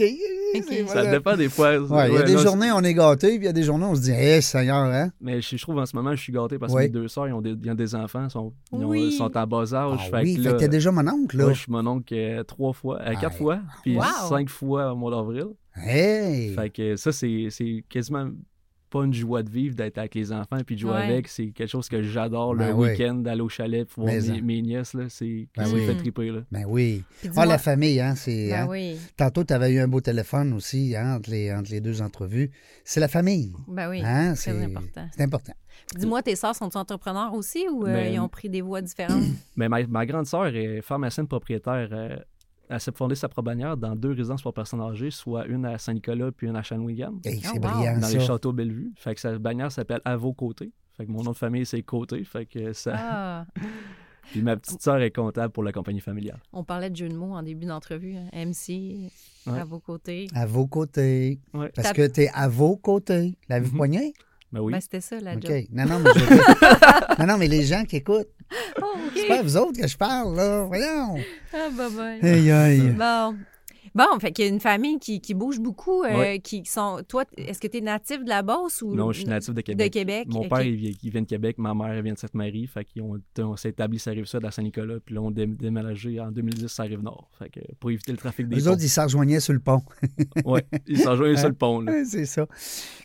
Speaker 1: C'est-
Speaker 3: Ça
Speaker 1: voilà.
Speaker 3: dépend des fois.
Speaker 1: Ouais, il y a
Speaker 3: Ouais,
Speaker 1: des
Speaker 3: non,
Speaker 1: journées, on est gâté, puis il y a des journées, on se dit, hé, Seigneur, hein?
Speaker 3: Mais je, je trouve en ce moment, je suis gâté parce que
Speaker 1: Ouais.
Speaker 3: mes deux sœurs, ils ont des, ils ont des enfants, sont, ils ont-
Speaker 2: Oui.
Speaker 3: sont en bas âge.
Speaker 1: Ah oui,
Speaker 3: que
Speaker 1: fait
Speaker 3: là,
Speaker 1: que t'es déjà mon oncle, là.
Speaker 3: moi, je suis mon oncle euh, trois fois, euh, quatre
Speaker 1: Ah,
Speaker 3: fois, puis
Speaker 2: Wow.
Speaker 3: cinq fois au mois d'avril.
Speaker 1: Hey!
Speaker 3: Fait que ça, c'est c'est quasiment pas une joie de vivre d'être avec les enfants puis de jouer
Speaker 2: Ouais.
Speaker 3: avec. C'est quelque chose que j'adore le
Speaker 1: Ben oui.
Speaker 3: week-end, d'aller au chalet pour voir
Speaker 1: Mais ça.
Speaker 3: mes, mes nièces. là, C'est
Speaker 1: Ben
Speaker 3: qu'est-ce qui
Speaker 2: oui.
Speaker 3: me fait triper. Là.
Speaker 1: Ben oui. Ah,
Speaker 2: Puis dis-moi-
Speaker 1: la famille, hein, c'est.
Speaker 2: Ben
Speaker 1: hein.
Speaker 2: oui,
Speaker 1: Tantôt, tu avais eu un beau téléphone aussi hein, entre, les, entre les deux entrevues. C'est la famille.
Speaker 2: ben oui.
Speaker 1: hein,
Speaker 2: très important.
Speaker 1: C'est important.
Speaker 2: Dis-moi, tes sœurs sont entrepreneurs aussi ou euh,
Speaker 3: Ben-
Speaker 2: ils ont pris des voies
Speaker 3: [coughs]
Speaker 2: différentes?
Speaker 3: Mais ma, ma grande sœur est pharmacienne propriétaire. euh, elle s'est fondée sa probanière dans deux résidences pour personnes âgées, soit une à Saint-Nicolas puis une à Shawinigan,
Speaker 1: Hey,
Speaker 2: Oh,
Speaker 1: c'est
Speaker 2: wow.
Speaker 1: brillant,
Speaker 3: dans
Speaker 1: ça.
Speaker 3: les châteaux Bellevue. Fait que sa bannière s'appelle À vos côtés. Fait que mon nom de famille, c'est Côté. Fait que ça...
Speaker 2: Ah,
Speaker 3: Puis ma petite sœur est comptable pour la compagnie familiale.
Speaker 2: on parlait de jeu de mots en début d'entrevue. hein. MC,
Speaker 3: Ouais.
Speaker 2: à vos côtés.
Speaker 1: À vos côtés.
Speaker 3: Ouais.
Speaker 1: Parce
Speaker 2: Ta-
Speaker 1: que t'es à vos côtés. La vue
Speaker 3: Mhm.
Speaker 1: poignée?
Speaker 3: Ben oui.
Speaker 2: Ben, c'était ça, la
Speaker 1: OK.
Speaker 2: job.
Speaker 1: Non, non, mais je veux dire-
Speaker 2: [laughs]
Speaker 1: non, non, mais les gens qui écoutent,
Speaker 2: Oh, OK.
Speaker 1: c'est pas à vous autres que je parle, là. Voyons.
Speaker 2: Ah, bye bye.
Speaker 1: Aïe, aïe.
Speaker 2: Bon. Bon, fait qu'il y a une famille qui, qui bouge beaucoup, euh,
Speaker 3: Ouais.
Speaker 2: qui sont... Toi, est-ce que tu es natif de la Beauce ou...
Speaker 3: Non, je suis natif de
Speaker 2: de
Speaker 3: Québec.
Speaker 2: Québec.
Speaker 3: Mon
Speaker 2: OK.
Speaker 3: père, il, vient- il vient de Québec, ma mère, elle vient de Sainte-Marie. Fait qu'on on s'est établi sur la rive sud à Saint-Nicolas, puis là, on a dé- déménagé en 2010 sur la rive nord. Fait que pour éviter le trafic des
Speaker 1: Les
Speaker 3: ponts.
Speaker 1: autres, ils s'en rejoignaient sur le pont.
Speaker 3: Ouais, ils s'en jouaient sur le pont.
Speaker 1: [laughs]
Speaker 3: là.
Speaker 1: Ouais, c'est ça.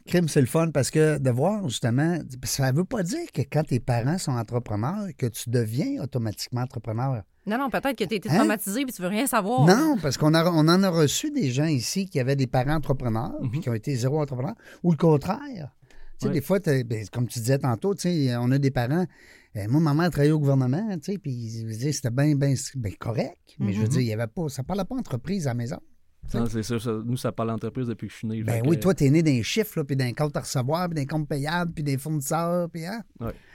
Speaker 1: Crime, c'est le fun parce que de voir, justement, ça veut pas dire que quand tes parents sont entrepreneurs, que tu deviens automatiquement entrepreneur.
Speaker 2: Non, non, peut-être que tu été
Speaker 1: Hein?
Speaker 2: traumatisé puis tu veux rien
Speaker 3: Oh.
Speaker 2: savoir.
Speaker 1: Non, parce qu'on a- on en a reçu des gens ici qui avaient des parents entrepreneurs, puis qui ont été zéro entrepreneur, ou le contraire. Tu sais,
Speaker 3: Mhm. Ouais.
Speaker 1: des fois, t'as- ben, comme tu disais tantôt, tu sais, on a des parents. euh, moi, ma mère travaillait au gouvernement, tu sais, puis ils disaient c'était bien ben, ben correct, mais je veux
Speaker 3: Mhm.
Speaker 1: dire, il y avait pas, ça ne parlait pas entreprise à la maison.
Speaker 3: Non, c'est sûr, ça, nous, ça parle d'entreprise depuis que je suis né.
Speaker 1: Ben
Speaker 3: fait
Speaker 1: oui,
Speaker 3: que-
Speaker 1: toi, t'es né d'un chiffre, là, puis d'un compte à recevoir, puis d'un compte payable, puis des fournisseurs, puis hein?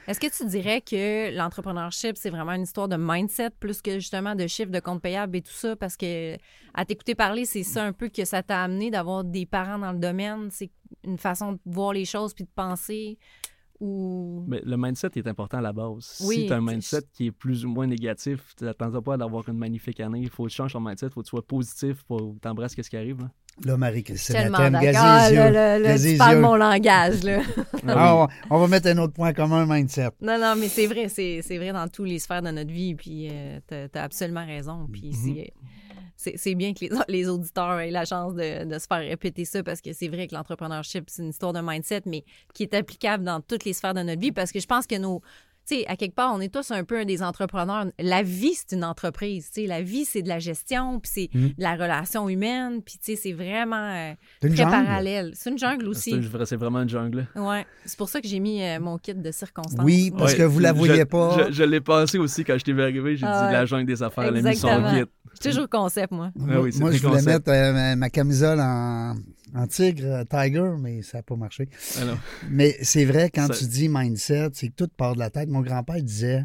Speaker 2: Est-ce que tu dirais que l'entrepreneurship, c'est vraiment une histoire de mindset plus que justement de chiffre de compte payable et tout ça? Parce que à t'écouter parler, c'est ça un peu que ça t'a amené d'avoir des parents dans le domaine. C'est une façon de voir les choses puis de penser ou.
Speaker 3: Mais le mindset est important à la base.
Speaker 2: Oui,
Speaker 3: si tu as
Speaker 2: tu-
Speaker 3: un mindset qui est plus ou moins négatif, tu t'attends pas à d'avoir une magnifique année. Il faut que tu changes ton mindset, il faut que tu sois positif, faut que tu embrasses ce qui arrive. hein.
Speaker 1: Là,
Speaker 2: [laughs]
Speaker 3: là.
Speaker 2: Je suis
Speaker 1: Marie-Christine, elle
Speaker 2: Tellement
Speaker 1: t'aime,
Speaker 2: d'accord.
Speaker 1: gazez les
Speaker 2: Ah,
Speaker 1: yeux.
Speaker 2: là, là, là,
Speaker 1: Gazez
Speaker 2: tu
Speaker 1: les
Speaker 2: parles
Speaker 1: yeux.
Speaker 2: mon langage, là.
Speaker 1: Ah, on, on va mettre un autre point commun, mindset.
Speaker 2: Non, non, mais c'est vrai, c'est c'est vrai dans tous les sphères de notre vie, puis euh, t'as t'as absolument raison, puis
Speaker 1: Mm-hmm.
Speaker 2: c'est- c'est c'est bien que les, [laughs] les auditeurs aient la chance de, de se faire répéter ça, parce que c'est vrai que l'entrepreneurship, c'est une histoire de mindset, mais qui est applicable dans toutes les sphères de notre vie, parce que je pense que nos... Tu sais, à quelque part, on est tous un peu des entrepreneurs. La vie, c'est une entreprise, tu sais. La vie, c'est de la gestion, puis c'est
Speaker 1: Mhm.
Speaker 2: de la relation humaine, puis tu sais, c'est vraiment euh,
Speaker 1: T'as une
Speaker 2: très
Speaker 1: jambe?
Speaker 2: parallèle. C'est une jungle aussi.
Speaker 3: C'est c'est vraiment une jungle. hein. là.
Speaker 2: Ouais. C'est pour ça que j'ai mis euh, mon kit de circonstances.
Speaker 1: Oui, parce
Speaker 3: Ouais,
Speaker 1: que vous la
Speaker 3: je-
Speaker 1: voyez pas.
Speaker 3: Je, je l'ai pensé aussi quand je t'ai vu arriver. J'ai
Speaker 2: Ah
Speaker 3: dit la jungle des affaires, elle a mis son
Speaker 2: Exactement.
Speaker 3: kit.
Speaker 2: Je suis toujours concept, moi.
Speaker 3: Ah oui, c'est
Speaker 1: Moi,
Speaker 3: très
Speaker 1: je voulais
Speaker 3: concept.
Speaker 1: mettre euh, ma- ma camisole en, en tigre, euh, tiger, mais ça n'a pas marché.
Speaker 3: Ah non.
Speaker 1: Mais c'est vrai, quand
Speaker 3: Ça-
Speaker 1: tu dis mindset, c'est que tout part de la tête. Mon grand-père disait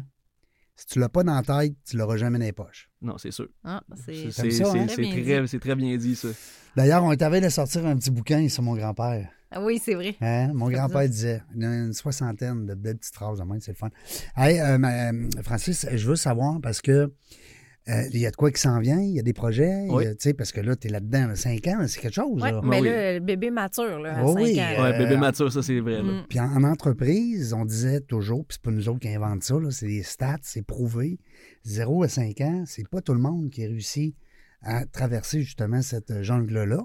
Speaker 1: si tu l'as pas dans la tête, tu l'auras jamais dans les poches.
Speaker 3: Non, c'est sûr.
Speaker 2: Ah,
Speaker 3: C'est
Speaker 2: c'est
Speaker 3: c'est-
Speaker 1: ça, hein?
Speaker 2: Très
Speaker 3: c'est-
Speaker 2: bien
Speaker 3: c'est très, c'est très bien dit, ça.
Speaker 1: D'ailleurs, on est en train de sortir un petit bouquin sur mon grand-père.
Speaker 2: Ah oui, c'est vrai.
Speaker 1: Hein? Mon
Speaker 2: Ça
Speaker 1: grand-père disait une, une soixantaine de belles petites phrases de même, c'est le fun. Hey, euh, ma- euh, Francis, je veux savoir parce que euh, il y a de quoi qui s'en vient, il y a des projets, il y a-
Speaker 3: Oui.
Speaker 1: tu sais, parce que là, tu es là-dedans, là, cinq ans, c'est quelque chose.
Speaker 2: Ouais,
Speaker 1: là.
Speaker 2: mais
Speaker 3: Ah oui.
Speaker 2: là, le bébé mature, là, à
Speaker 1: Oh
Speaker 2: cinq
Speaker 1: oui.
Speaker 2: ans.
Speaker 3: Ouais,
Speaker 1: Euh,
Speaker 3: bébé mature, ça, c'est vrai. là.
Speaker 2: Mm.
Speaker 1: Puis en, en entreprise, on disait toujours, puis c'est pas nous autres qui inventent ça, là, c'est des stats, c'est prouvé. 0 à 5 ans, c'est pas tout le monde qui réussit à traverser justement cette jungle-là.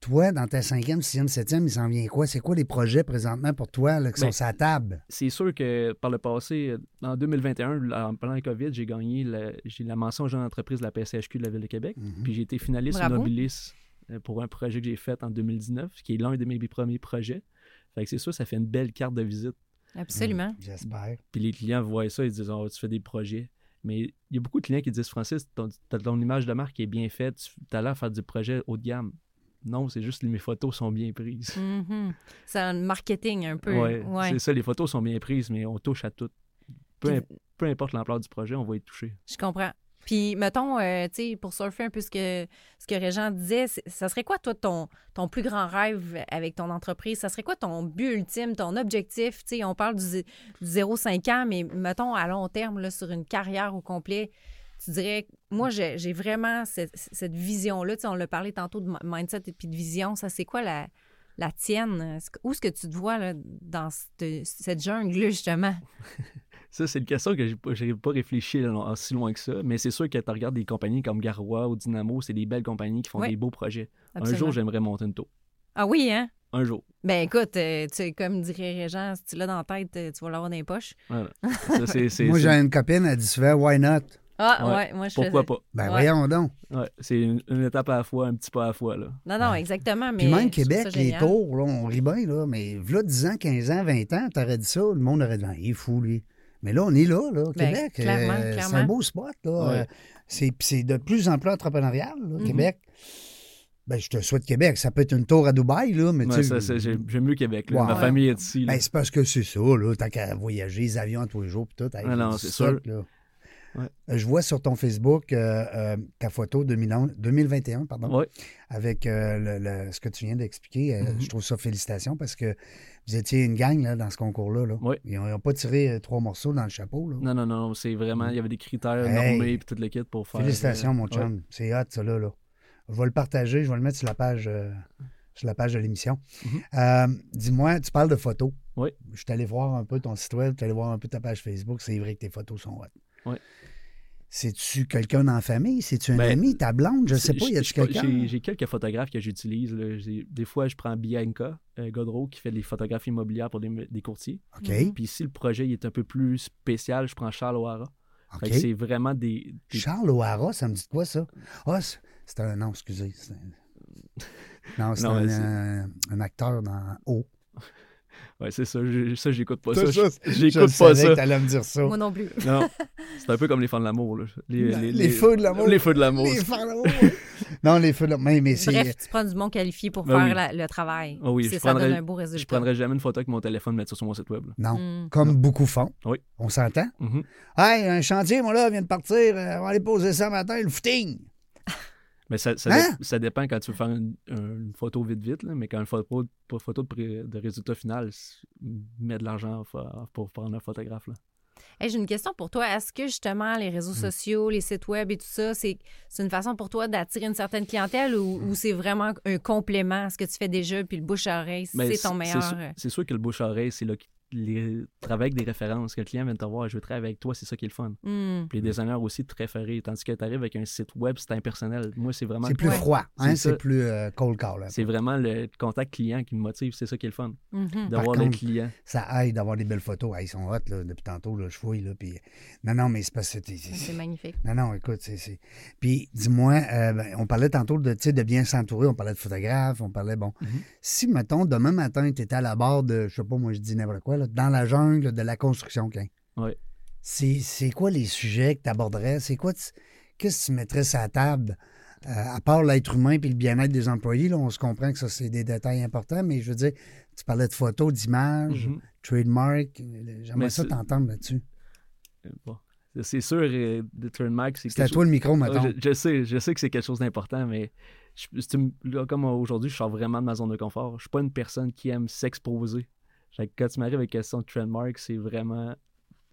Speaker 1: Toi, dans ta cinquième, sixième, septième, il s'en vient quoi? C'est quoi les projets présentement pour toi là, qui
Speaker 3: Ben,
Speaker 1: sont sur la table?
Speaker 3: C'est sûr que par le passé, euh, en 2021, en pendant la COVID, j'ai gagné la, j'ai la mention jeune entreprise de la PCHQ de la Ville de Québec.
Speaker 1: Mhm.
Speaker 3: Puis j'ai été finaliste
Speaker 2: Bravo.
Speaker 3: Nobilis euh, pour un projet que j'ai fait en 2019, qui est l'un de mes premiers projets. Fait que c'est sûr, ça fait une belle carte de visite.
Speaker 2: Absolument.
Speaker 1: Mm-hmm. J'espère.
Speaker 3: Puis les clients voient ça, ils disent Oh, tu fais des projets. Mais il y a beaucoup de clients qui disent Francis, ton, t'as- ton image de marque est bien faite, tu as l'air de faire du projet haut de gamme. Non, c'est juste que mes photos sont bien prises.
Speaker 2: Mhm. C'est un marketing un peu.
Speaker 3: Ouais,
Speaker 2: Ouais.
Speaker 3: c'est ça, les photos sont bien prises, mais on touche à tout. Peu,
Speaker 2: Puis-
Speaker 3: im- peu importe l'ampleur du projet, on va y toucher.
Speaker 2: Je comprends. Puis, mettons, euh, tu sais, pour surfer un peu ce que, ce que Régent disait, c'est- ça serait quoi, toi, ton, ton plus grand rêve avec ton entreprise? Ça serait quoi ton but ultime, ton objectif? Tu sais, on parle du, zé- du 0,5 ans, mais mettons, à long terme, là, sur une carrière au complet, tu dirais, moi, j'ai j'ai vraiment cette, cette vision-là. Tu sais, on l'a parlé tantôt de mi- mindset et puis de vision. Ça, c'est quoi la, la tienne? Est-ce que- Où est-ce que tu te vois là, dans cette, cette jungle-là, justement?
Speaker 3: Ça, c'est une question que j'ai pas- j'ai pas réfléchi là, non, si loin que ça, mais c'est sûr que tu regardes des compagnies comme Garoua ou Dynamo, c'est des belles compagnies qui font
Speaker 2: Ouais.
Speaker 3: des beaux projets. Un
Speaker 2: Absolument.
Speaker 3: jour, j'aimerais monter une taupe.
Speaker 2: Ah oui, hein?
Speaker 3: Un jour.
Speaker 2: Ben écoute, euh, tu sais, comme dirait Régent, si tu l'as dans la tête, euh, tu vas l'avoir dans les poches. [laughs]
Speaker 3: Voilà. Ça, c'est- c'est-
Speaker 1: Moi,
Speaker 3: c'est-
Speaker 1: j'ai une copine, elle dit souvent, why not?
Speaker 2: Ah, ouais,
Speaker 3: Ouais.
Speaker 2: moi je
Speaker 3: Pourquoi
Speaker 2: faisais-
Speaker 3: pas?
Speaker 1: Ben
Speaker 2: Ouais.
Speaker 1: voyons donc.
Speaker 3: Ouais, c'est une, une étape à la fois, un petit pas à la fois. Là.
Speaker 2: Non, non, exactement. Mais
Speaker 1: Puis même
Speaker 2: je trouve
Speaker 1: Québec,
Speaker 2: ça
Speaker 1: les
Speaker 2: génial.
Speaker 1: tours, là, on rit bien, là, mais là, 10 ans, 15 ans, 20 ans, t'aurais dit ça, le monde aurait dit, Ah, il est fou, lui. Mais là, on est là, là,
Speaker 2: Ben,
Speaker 1: Québec. euh,
Speaker 2: clairement,
Speaker 1: C'est
Speaker 2: clairement.
Speaker 1: un beau spot, là.
Speaker 3: Ouais.
Speaker 1: Euh, C'est puis c'est de plus en plus entrepreneurial, là,
Speaker 2: Mm-hmm.
Speaker 1: Québec. Ben, je te souhaite Québec. Ça peut être une tour à Dubaï, là, mais
Speaker 3: Ouais,
Speaker 1: tu
Speaker 3: ça,
Speaker 1: sais.
Speaker 3: c'est- J'aime j'aime mieux Québec. là.
Speaker 1: Ouais.
Speaker 3: Ma famille est ici. là.
Speaker 1: Ben, c'est parce que c'est ça, là. T'as qu'à voyager, les avions à tous les jours, puis tout. hey,
Speaker 3: Ah non,
Speaker 1: du
Speaker 3: c'est
Speaker 1: stock,
Speaker 3: sûr.
Speaker 1: là.
Speaker 3: Ouais.
Speaker 1: Euh, Je vois sur ton Facebook euh, euh, ta photo 2011 2021, pardon
Speaker 3: Ouais.
Speaker 1: avec euh, le- le- ce que tu viens d'expliquer. euh,
Speaker 3: Mm-hmm.
Speaker 1: Je trouve ça félicitations parce que vous étiez une gang là, dans ce concours-là. là.
Speaker 3: Oui.
Speaker 1: Ils n'ont pas tiré euh, trois morceaux dans le chapeau. là.
Speaker 3: Non, non, non, non, c'est vraiment. Il y avait des critères
Speaker 1: Hey.
Speaker 3: normés et toute l'équipe pour faire.
Speaker 1: félicitations,
Speaker 3: euh,
Speaker 1: mon chum. C'est hot, ça, là, là. Je vais le partager, je vais le mettre sur la page, euh, sur la page de l'émission. Euh, Dis-moi, tu parles de photos.
Speaker 3: Mm-hmm. Oui.
Speaker 1: Je suis allé voir un peu ton site web, je suis allé voir un peu ta page Facebook. C'est vrai que tes photos sont hot.
Speaker 3: Oui.
Speaker 1: C'est-tu quelqu'un en famille? C'est-tu un
Speaker 3: Ben,
Speaker 1: ami? Ta blonde? Je
Speaker 3: C'est-
Speaker 1: sais pas, y a-tu
Speaker 3: je- je-
Speaker 1: quelqu'un?
Speaker 3: j'ai- J'ai quelques photographes que j'utilise. là. J'ai- Des fois, je prends Bianca euh, Godreau qui fait des photographies immobilières pour des, des courtiers.
Speaker 1: OK.
Speaker 2: Mhm.
Speaker 3: Puis si le projet il est un peu plus spécial, je prends Charles O'Hara. Fait
Speaker 1: OK.
Speaker 3: que C'est vraiment des. des-
Speaker 1: Charles O'Hara, ça me dit de quoi, ça? Ah, c'est- c'est un. Non, excusez. c'est un- Non, c'est
Speaker 3: Non,
Speaker 1: un,
Speaker 3: mais c'est-
Speaker 1: euh, un acteur dans O.
Speaker 3: Ouais, c'est ça. je- ça, j'écoute pas ça.
Speaker 1: C'est ça,
Speaker 3: je-
Speaker 1: Je le
Speaker 3: [laughs] J'écoute pas
Speaker 1: savais
Speaker 3: ça.
Speaker 1: que t'allais me dire ça.
Speaker 2: Moi non plus.
Speaker 3: Non. C'est un peu comme les fans de l'amour. là. Les,
Speaker 1: Les feux de l'amour.
Speaker 3: Les feux de l'amour.
Speaker 1: Les fans, ouais. non, les feux, là. Mais, mais c'est. euh,
Speaker 2: Bref, tu prends du bon qualifié pour
Speaker 3: Ben
Speaker 2: faire
Speaker 3: oui.
Speaker 2: la- le travail.
Speaker 3: Ah oui,
Speaker 2: C'est-
Speaker 3: je
Speaker 2: ça donne
Speaker 3: prendrais-
Speaker 2: un beau résultat.
Speaker 3: Je prendrais jamais une photo avec mon téléphone et mettre ça sur mon site web. là.
Speaker 1: Non.
Speaker 2: Mm.
Speaker 1: Comme beaucoup font.
Speaker 3: Oui.
Speaker 1: On s'entend?
Speaker 3: Mhm.
Speaker 1: Hey, un chantier, moi, là, vient de partir. euh, on va aller poser ça matin, le footing.
Speaker 3: Mais ça, ça,
Speaker 1: Hein?
Speaker 3: dé- ça dépend quand tu veux faire une, une photo vite vite, là, mais quand une photo, pour photo de, pré- de résultat final, c'est- mets de l'argent pour, pour prendre un photographe. Là.
Speaker 2: Hey, J'ai une question pour toi. Est-ce que justement les réseaux
Speaker 3: Hmm.
Speaker 2: sociaux, les sites web et tout ça, c'est c'est une façon pour toi d'attirer une certaine clientèle ou,
Speaker 3: Hmm.
Speaker 2: ou c'est vraiment un complément à ce que tu fais déjà puis le bouche à oreille,
Speaker 3: Mais
Speaker 2: c'est ton meilleur.
Speaker 3: sûr-
Speaker 2: euh,
Speaker 3: Ben, C'est sûr que le bouche à oreille, c'est là que les travailler avec des références, que le client vient de te voir, je veux travailler avec toi, c'est ça qui est le fun.
Speaker 2: hmm.
Speaker 3: Puis les designers aussi te référer, tandis que tu arrives avec un site web, c'est impersonnel. Moi, c'est vraiment
Speaker 1: C'est plus
Speaker 2: Ouais.
Speaker 1: froid. hein,
Speaker 3: C'est ça.
Speaker 1: C'est plus euh, cold call. là.
Speaker 3: c'est vraiment le contact client qui me motive, c'est ça qui est le fun,
Speaker 2: Mhm.
Speaker 3: d'avoir des
Speaker 1: contre,
Speaker 3: clients.
Speaker 1: Ça aide d'avoir des belles photos. Hey, ils sont hot, là, depuis tantôt, là, je fouille, là. Puis... Non, non, mais c'est parce que. c'est- c'est-
Speaker 2: C'est magnifique.
Speaker 1: Non, non, écoute, c'est. c'est- Puis dis-moi, euh, ben, on parlait tantôt de, tu sais, de bien s'entourer, on parlait de photographe, on parlait, bon.
Speaker 3: Mhm.
Speaker 1: Si, mettons, demain matin, tu étais à la barre de, je sais pas, moi, je dis n'importe quoi, là, dans la jungle de la construction, quand.
Speaker 3: Ouais.
Speaker 1: C'est, c'est quoi les sujets que tu aborderais? C'est quoi, tu- qu'est-ce que tu mettrais sur la table? Euh, à part l'être humain puis le bien-être des employés, là, on se comprend que ça, c'est des détails importants, mais je veux dire, tu parlais de photos, d'images,
Speaker 3: Mhm.
Speaker 1: trademark. euh, J'aimerais
Speaker 3: Mais
Speaker 1: ça
Speaker 3: c'est-
Speaker 1: t'entendre là-dessus.
Speaker 3: Euh, bon. C'est sûr, euh, de Turnmark, c'est
Speaker 1: C'est à
Speaker 3: quelque
Speaker 1: toi le micro,
Speaker 3: Ah,
Speaker 1: mettons.
Speaker 3: je, je sais, je sais que c'est quelque chose d'important, mais je- si tu me- là, comme aujourd'hui, je sors vraiment de ma zone de confort. Je suis pas une personne qui aime s'exposer. Fait que Quand tu m'arrives avec la question de trademark, c'est vraiment.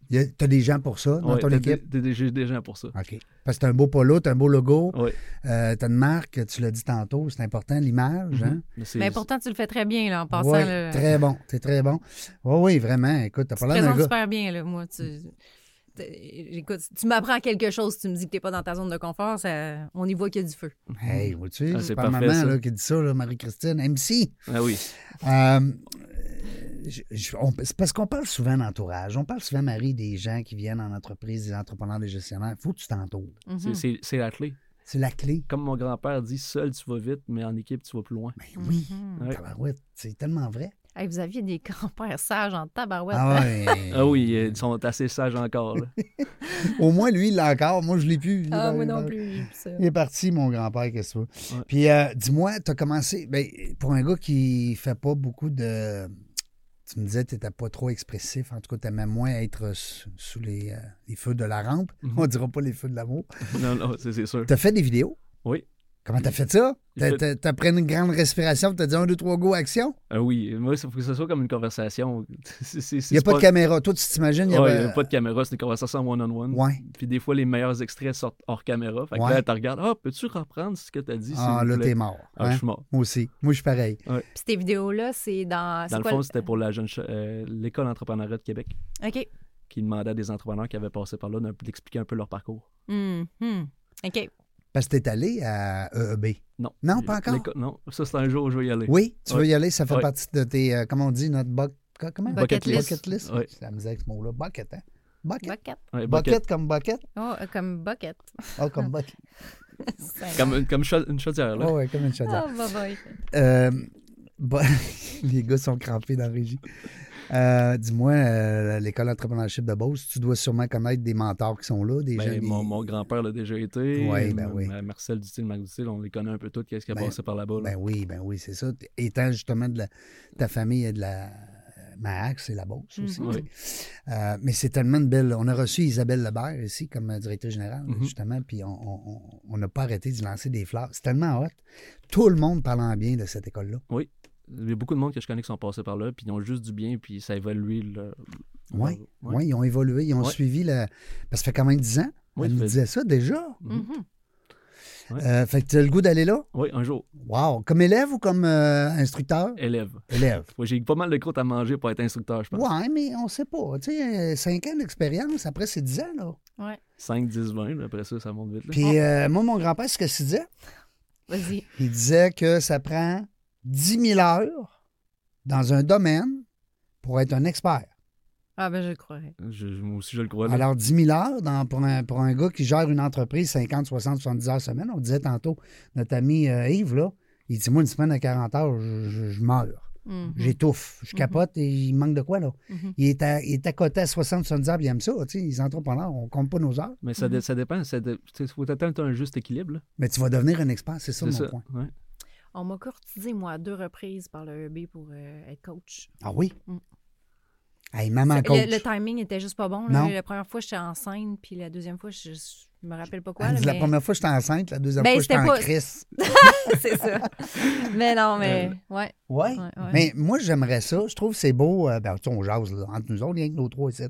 Speaker 1: Il y a- T'as des gens pour ça dans
Speaker 3: Ouais,
Speaker 1: ton
Speaker 3: t'as
Speaker 1: équipe?
Speaker 3: des- des- J'ai des gens pour ça.
Speaker 1: OK. Parce que t'as un beau polo, t'as un beau logo,
Speaker 3: Ouais. Mhm.
Speaker 1: euh, t'as une marque, tu l'as dit tantôt, c'est important, l'image. hein?
Speaker 3: Mais c'est-
Speaker 2: Mais Ben, pourtant, tu le fais très bien là, en passant.
Speaker 1: Ouais,
Speaker 2: là.
Speaker 1: Très bon, t'es très bon. Oui, oui, vraiment. Écoute, t'as
Speaker 2: Tu te
Speaker 1: parlé d'un
Speaker 2: présentes
Speaker 1: gars.
Speaker 2: super bien, là, moi. Tu, t'es- écoute, tu m'apprends quelque chose, tu me dis que t'es pas dans ta zone de confort, ça- on y voit qu'il y a du feu.
Speaker 1: Hey, vois-tu,
Speaker 3: Ah,
Speaker 1: c'est
Speaker 3: c'est
Speaker 1: pas
Speaker 3: parfait,
Speaker 1: maman
Speaker 3: ça.
Speaker 1: là, qui dit ça, là, Marie-Christine, MC.
Speaker 3: Ah oui.
Speaker 1: Euh, je- je- on- c'est parce qu'on parle souvent d'entourage. On parle souvent, Marie, des gens qui viennent en entreprise, des entrepreneurs, des gestionnaires. faut que tu t'entoures.
Speaker 2: Mhm.
Speaker 3: C'est- C'est c'est la clé.
Speaker 1: C'est la clé.
Speaker 3: Comme mon grand-père dit, seul tu vas vite, mais en équipe tu vas plus loin.
Speaker 1: Ben oui,
Speaker 2: Mhm.
Speaker 3: Ouais.
Speaker 1: tabarouette, c'est tellement vrai.
Speaker 2: Hey, vous aviez des [laughs] grands-pères sages en tabarouette.
Speaker 1: Ah ouais.
Speaker 3: [laughs] Ah oui, euh, ils sont assez sages
Speaker 1: [laughs]
Speaker 3: encore. là.
Speaker 1: Au moins, lui, il l'a encore. Moi, je l'ai plus.
Speaker 2: Ah, moi
Speaker 1: Il a-
Speaker 2: non plus. j'ai plus ça.
Speaker 1: Il est parti, mon grand-père, qu'est-ce que tu veux.
Speaker 3: Ouais.
Speaker 1: Puis, euh, dis-moi, tu as commencé. Ben, pour un gars qui fait pas beaucoup de. Tu me disais, tu n'étais pas trop expressif. En tout cas, tu aimais moins être sous, sous les, euh, les feux de la rampe.
Speaker 3: Mhm.
Speaker 1: On dira pas les feux de l'amour.
Speaker 3: non, non, c'est c'est sûr.
Speaker 1: Tu as fait des vidéos.
Speaker 3: Oui.
Speaker 1: Comment tu as fait ça? Tu
Speaker 3: J'ai fait-
Speaker 1: as pris une grande respiration, tu as dit un, deux, trois, go, action.
Speaker 3: Ah oui, moi, il faut que ce soit comme une conversation. [laughs] Il
Speaker 1: Il n'y a pas de caméra. Toi, tu t'imagines, il y
Speaker 3: Ouais,
Speaker 1: avait.
Speaker 3: y a pas de caméra, c'est une conversation one-on-one.
Speaker 1: Ouais.
Speaker 3: Puis des fois, les meilleurs extraits sortent hors caméra. Fait que
Speaker 1: Ouais.
Speaker 3: là, tu regardes, ah, peux-tu reprendre ce que tu as dit? s'il
Speaker 1: Ah,
Speaker 3: vous
Speaker 1: là,
Speaker 3: plaît?
Speaker 1: t'es mort.
Speaker 3: Ah, je
Speaker 1: hein?
Speaker 3: suis mort.
Speaker 1: Moi aussi. Moi, je suis pareil.
Speaker 2: Puis tes vidéos-là, c'est dans. Ah, c'est
Speaker 3: Dans le
Speaker 2: quoi
Speaker 3: fond, c'était pour la jeune ch- euh, l'école entrepreneuriat de Québec
Speaker 2: OK.
Speaker 3: qui demandait à des entrepreneurs qui avaient passé par là d'un- d'expliquer un peu leur parcours.
Speaker 2: Mhm. OK.
Speaker 1: Parce que t'es allé à E EEB.
Speaker 3: Non.
Speaker 1: Non, pas encore?
Speaker 3: L'éco- Non, ça, c'est un jour où je vais y aller.
Speaker 1: Oui, tu veux
Speaker 3: Ouais.
Speaker 1: y aller, ça fait
Speaker 3: Ouais.
Speaker 1: partie de tes, euh, comment on dit, notre buck- co- comment?
Speaker 2: Bucket list.
Speaker 1: Bucket list.
Speaker 3: Ouais.
Speaker 1: C'est la misère avec ce mot-là. Bucket, hein? Bucket.
Speaker 2: Bucket.
Speaker 3: Ouais,
Speaker 1: bucket.
Speaker 3: bucket.
Speaker 1: comme bucket?
Speaker 2: Oh, euh, comme bucket. [laughs]
Speaker 1: Ah, comme bucket.
Speaker 2: C'est-
Speaker 3: Comme, une- comme une cha- une chaudière, là.
Speaker 1: Ah ouais, comme une chaudière.
Speaker 2: Oh, bye bye.
Speaker 1: Euh, bon, [laughs] les gars sont crampés dans la régie. Euh, Dis-moi, euh, l'école d'entrepreneurship de Beauce, tu dois sûrement connaître des mentors qui sont là, des
Speaker 3: Ben,
Speaker 1: gens. des-
Speaker 3: mon mon grand-père l'a déjà été.
Speaker 1: Ouais, ben
Speaker 3: Ma-
Speaker 1: oui.
Speaker 3: ma- Marcel Dutil, Marc Dutil, on les connaît un peu tous, qu'est-ce qui a
Speaker 1: Ben,
Speaker 3: passé par là-bas. là.
Speaker 1: Ben oui, ben oui, c'est ça. Étant justement de la- ta famille et de la Max et la Beauce
Speaker 3: Mm-hmm.
Speaker 1: aussi.
Speaker 2: Mhm.
Speaker 1: tu sais. Euh, mais c'est tellement une belle. On a reçu Isabelle Lebert ici comme euh, directrice générale,
Speaker 3: Mhm.
Speaker 1: justement, puis on- on on- on n'a pas arrêté de lancer des fleurs. C'est tellement hot. Tout le monde parlant bien de cette école-là.
Speaker 3: Il y a beaucoup de monde que je connais qui sont passés par là, puis ils ont juste du bien, puis ça évolue. Leur...
Speaker 1: Oui,
Speaker 3: leur-
Speaker 1: oui, ils ont évolué, ils ont
Speaker 3: Ouais.
Speaker 1: suivi la. Parce que ça fait quand même 10 ans.
Speaker 3: Oui,
Speaker 1: elle nous
Speaker 3: ça fait-
Speaker 1: disait ça déjà.
Speaker 3: Mhm.
Speaker 2: Mhm.
Speaker 1: Euh, fait que tu as le goût d'aller là?
Speaker 3: Oui, un jour,
Speaker 1: Wow! Comme élève ou comme euh, instructeur?
Speaker 3: élève.
Speaker 1: Élève.
Speaker 3: Ouais, J'ai pas mal de croûtes à manger pour être instructeur, je pense.
Speaker 1: Ouais, mais on sait pas. Tu sais, 5 ans d'expérience, après c'est 10 ans, là.
Speaker 3: 5, 10, 20, là, après ça, ça monte vite. là.
Speaker 1: Puis
Speaker 2: Ah.
Speaker 1: euh, moi, mon grand-père, c'est ce qu'il disait.
Speaker 2: Vas-y.
Speaker 1: Il disait que ça prend 10 000 heures dans un domaine pour être un expert.
Speaker 2: Ah, ben, je le croirais.
Speaker 3: Je- je- moi aussi, je le crois. là.
Speaker 1: Alors, 10 000 heures dans- pour, un, pour un gars qui gère une entreprise 50, 60, 70 heures semaine. On disait tantôt, notre ami euh, Yves, là, il dit, moi, une semaine à 40 heures, je, je- je meurs.
Speaker 2: Mhm.
Speaker 1: J'étouffe. Je
Speaker 2: Mhm.
Speaker 1: capote et il manque de quoi, là?
Speaker 2: Mhm.
Speaker 1: Il est, à, il est à côté à 60, 70 heures, puis il aime ça. Tu sais, les entrepreneurs, on compte pas nos heures.
Speaker 3: Mais ça, dé- ça dépend. Il faut atteindre un juste équilibre. là.
Speaker 1: Mais tu vas devenir un expert, c'est ça
Speaker 3: C'est
Speaker 1: mon
Speaker 3: ça.
Speaker 1: point.
Speaker 3: ouais.
Speaker 2: On m'a courtisé, moi, à deux reprises par le EB pour euh, être coach.
Speaker 1: Ah oui?
Speaker 2: Mm.
Speaker 1: Hey, maman
Speaker 2: Ça-
Speaker 1: coach.
Speaker 2: Le, le timing était juste pas bon. là.
Speaker 1: Non.
Speaker 2: La première fois, j'étais en scène, puis la deuxième fois, je, je me rappelle pas quoi.
Speaker 1: Elle
Speaker 2: là,
Speaker 1: dit, La
Speaker 2: mais-
Speaker 1: première fois, j'étais enceinte, la deuxième
Speaker 2: Ben,
Speaker 1: fois, j'étais
Speaker 2: c'était
Speaker 1: en
Speaker 2: pas-
Speaker 1: crise.
Speaker 2: [laughs] c'est ça. Mais
Speaker 3: Ben
Speaker 2: non, mais ouais.
Speaker 1: Ouais.
Speaker 2: Ouais, ouais.
Speaker 1: Mais moi, j'aimerais ça. Je trouve que c'est beau. euh, ben, tu sais, on jase là, entre nous autres, rien que nos trois ici.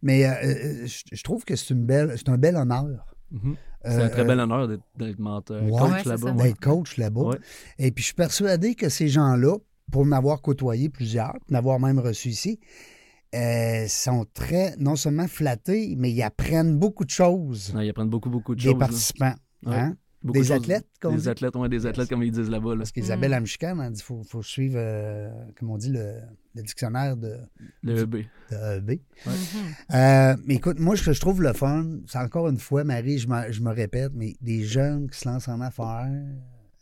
Speaker 1: Mais euh, euh, je, je trouve que c'est une belle, c'est un bel honneur.
Speaker 3: Mhm.
Speaker 1: euh,
Speaker 3: C'est un très
Speaker 1: euh,
Speaker 3: bel honneur d'être- d'être menteur,
Speaker 1: Ouais.
Speaker 2: Ouais,
Speaker 3: coach
Speaker 2: c'est
Speaker 3: là-bas.
Speaker 2: ça.
Speaker 3: ouais.
Speaker 1: d'être coach là-bas.
Speaker 3: Ouais.
Speaker 1: Et puis, je suis persuadé que ces gens-là, pour m'avoir côtoyé plusieurs, pour m'avoir même reçu ici, euh, sont très, non seulement flattés, mais ils apprennent beaucoup de choses
Speaker 3: Non, ils apprennent beaucoup, beaucoup de
Speaker 1: des
Speaker 3: choses. là.
Speaker 1: participants.
Speaker 3: Ouais.
Speaker 1: hein?
Speaker 3: Beaucoup
Speaker 1: Des
Speaker 3: de choses.
Speaker 1: athlètes, comme
Speaker 3: Des athlètes, ouais, des athlètes, comme ils disent là-bas. là.
Speaker 1: Parce qu'Isabelle, elle me chicane, elle hein, dit faut, faut suivre, euh, comme on dit, le, le dictionnaire de,
Speaker 3: Le EB.
Speaker 1: de EB.
Speaker 2: Mhm.
Speaker 1: Euh, mais écoute, moi, ce que je trouve le fun, c'est encore une fois, Marie, je, me- je me répète, mais des jeunes qui se lancent en affaires,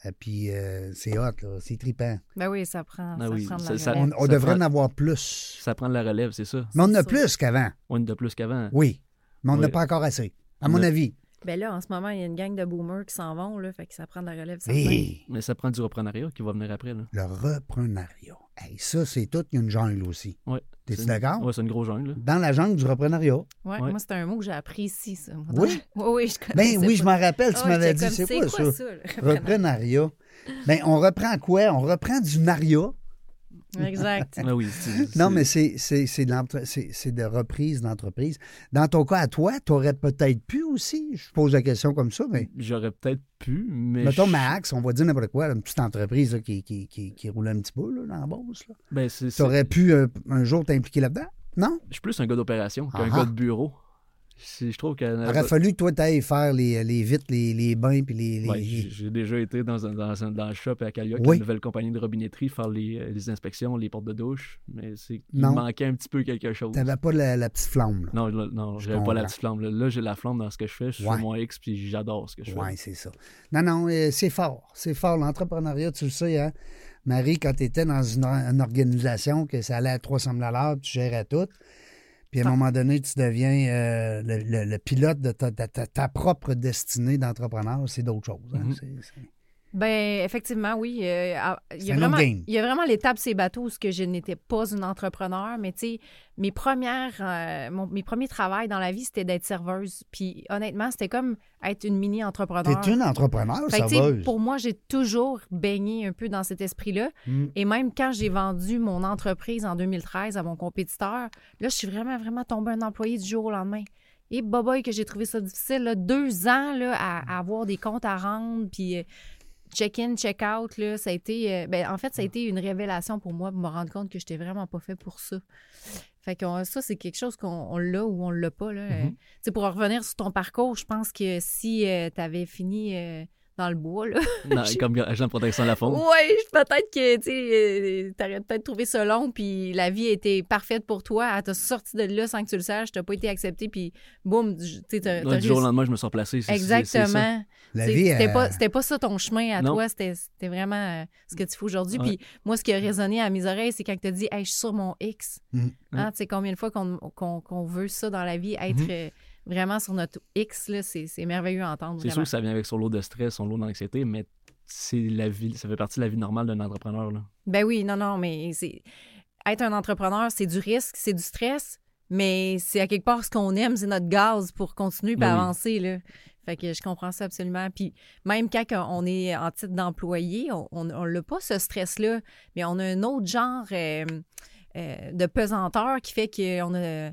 Speaker 1: et puis euh, c'est hot, là, c'est trippant.
Speaker 2: Ben oui, ça prend,
Speaker 3: Ah
Speaker 2: ça
Speaker 3: oui,
Speaker 2: prend de la
Speaker 3: ça- ça-
Speaker 2: relève.
Speaker 1: On, on
Speaker 3: Ça
Speaker 1: devrait
Speaker 3: prend-
Speaker 1: en avoir plus.
Speaker 3: Ça prend de la relève, c'est ça.
Speaker 1: Mais on en a
Speaker 2: ça.
Speaker 1: plus qu'avant,
Speaker 3: On est de plus qu'avant.
Speaker 1: oui. Mais on n'a
Speaker 3: Oui.
Speaker 1: pas encore assez, à mon
Speaker 3: Mais-
Speaker 1: avis.
Speaker 2: Ben là, en ce moment, il y a une gang de boomers qui s'en vont, là, fait que ça prend de la relève. certain.
Speaker 1: Hey,
Speaker 3: Mais ça prend du reprenariat qui va venir après. là.
Speaker 1: le reprenariat. Hey, ça, c'est tout. Il y a une jungle aussi.
Speaker 3: Ouais.
Speaker 1: T'es-tu
Speaker 3: C'est-
Speaker 1: d'accord?
Speaker 3: Ouais, c'est une grosse jungle. là.
Speaker 1: Dans la jungle du reprenariat.
Speaker 2: Ouais,
Speaker 3: Ouais.
Speaker 2: Moi, c'est un mot que j'ai appris ici, ça. moi.
Speaker 1: Oui?
Speaker 2: [laughs] oui, oui, je Ah, connais.
Speaker 1: Ben oui, je m'en rappelle, tu m'avais dit, c'est quoi, ça? Reprenariat. Ben, on reprend quoi? On reprend du Naria.
Speaker 2: [laughs] Exact.
Speaker 3: Ah oui, c'est-
Speaker 1: [laughs]
Speaker 3: c'est-
Speaker 1: Non, mais c'est c'est- c'est de, l'entre- c'est- c'est de reprise d'entreprise. Dans ton cas, à toi, tu aurais peut-être pu aussi, je pose la question comme ça, mais
Speaker 3: J'aurais peut-être pu, mais.
Speaker 1: mettons
Speaker 3: je-
Speaker 1: Max, on va dire n'importe quoi, là, une petite entreprise là, qui, qui, qui, qui roule un petit peu là, dans la bourse.
Speaker 3: Ben, c'est-
Speaker 1: Tu
Speaker 3: c'est-
Speaker 1: aurais pu euh, un jour t'impliquer là-dedans? Non?
Speaker 3: Je suis plus un gars d'opération qu'un
Speaker 1: Ah ah.
Speaker 3: gars de bureau. C'est- Je trouve que.
Speaker 1: Il aurait fallu que toi, t'ailles faire les, les vitres, les, les bains, puis les... les-
Speaker 3: Ouais, j'ai j'ai déjà été dans, un, dans, un- dans le shop à Calioc,
Speaker 1: Oui.
Speaker 3: une nouvelle compagnie de robinetterie, faire les, euh, les inspections, les portes de douche, mais c'est il
Speaker 1: Non.
Speaker 3: manquait un petit peu quelque chose.
Speaker 1: T'avais pas la, la petite flamme. là.
Speaker 3: Non, là, non,
Speaker 1: Je
Speaker 3: j'avais pas la
Speaker 1: comprends.
Speaker 3: petite flamme. Là, Là, j'ai la flamme dans ce que je fais. Je suis
Speaker 1: Ouais.
Speaker 3: sur mon X, puis j'adore ce que je
Speaker 1: Oui,
Speaker 3: fais.
Speaker 1: c'est ça. Non, non, euh, c'est fort. C'est fort. L'entrepreneuriat, tu le sais, hein? Marie, quand tu étais dans une, or- une organisation que ça allait à 300 000 à l'heure, tu gérais tout. Puis à un moment donné, tu deviens euh, le, le- le pilote de ta, ta- ta- ta propre destinée d'entrepreneur. C'est d'autres choses. hein.
Speaker 3: Mhm.
Speaker 1: C'est- c'est-
Speaker 2: Ben, effectivement, oui. euh, à- il, y
Speaker 1: C'est
Speaker 2: a
Speaker 1: un autre
Speaker 2: vraiment,
Speaker 1: game.
Speaker 2: il y a vraiment l'étape ces bateaux où ce que je n'étais pas une entrepreneur, mais tu sais, mes premières, euh, mon- mes premiers travails dans la vie, c'était d'être serveuse. Puis honnêtement, c'était comme être une mini-entrepreneur.
Speaker 1: T'es une entrepreneur,
Speaker 2: Fait
Speaker 1: ça
Speaker 2: que, tu sais,
Speaker 1: va.
Speaker 2: pour moi, j'ai toujours baigné un peu dans cet esprit-là.
Speaker 1: Mm.
Speaker 2: Et même quand j'ai vendu mon entreprise en 2013 à mon compétiteur, là, je suis vraiment, vraiment tombée un employé du jour au lendemain. Et boboy que j'ai trouvé ça difficile, là, deux ans là, à, à avoir des comptes à rendre, puis euh, check-in, check-out, là, ça a
Speaker 1: Hmm.
Speaker 2: été... euh, ben, en fait, ça a été une révélation pour moi pour me rendre compte que je n'étais vraiment pas fait pour ça. Fait Fait que on- ça, c'est quelque chose qu'on on l'a ou on l'a pas. Là. Euh,
Speaker 1: Mm-hmm.
Speaker 3: Mhm.
Speaker 2: tu sais, pour en revenir sur ton parcours, je pense que si tu avais fini euh, dans le bois, là,
Speaker 3: Non, comme agent de protection de la faune.
Speaker 2: [laughs] ouais, je- peut-être que tu aurais peut-être trouvé ça long, puis la vie était parfaite pour toi. Elle t'a sorti de là sans que tu le saches, t'as pas été accepté, puis boum, tu sais, t'as-
Speaker 3: Ouais,
Speaker 2: euh, t'as
Speaker 3: du jour au
Speaker 2: réussi.
Speaker 3: lendemain, je me suis replacé. c'est- c'est- c'est ça.
Speaker 2: Exactement.
Speaker 1: La
Speaker 2: T'sais,
Speaker 1: vie,
Speaker 2: C'était
Speaker 1: euh,
Speaker 2: pas, c'était pas ça ton chemin à
Speaker 3: Non.
Speaker 2: toi, c'était c'était vraiment euh, ce que tu fais aujourd'hui.
Speaker 3: Ouais.
Speaker 2: Puis moi, ce qui a résonné à mes oreilles, c'est quand tu as dit Hey, je suis sur mon X.
Speaker 1: Mhm.
Speaker 2: Hein, tu sais, combien de fois qu'on qu'on- qu'on veut ça dans la vie, être
Speaker 3: Mhm.
Speaker 2: euh, vraiment sur notre X, là, c'est c'est merveilleux à entendre.
Speaker 3: C'est sûr
Speaker 2: vraiment.
Speaker 3: que ça vient avec son lot de stress, son lot d'anxiété, mais c'est la vie, ça fait partie de la vie normale d'un entrepreneur. Là.
Speaker 2: Ben oui, non, non, mais c'est être un entrepreneur, c'est du risque, c'est du stress, mais c'est à quelque part ce qu'on aime, c'est notre gaz pour continuer et
Speaker 3: Ben oui.
Speaker 2: avancer. Là. Fait que je comprends ça absolument. Puis même quand on est en titre d'employé, on n'a pas ce stress-là, mais on a un autre genre euh, euh, de pesanteur qui fait qu'on a euh,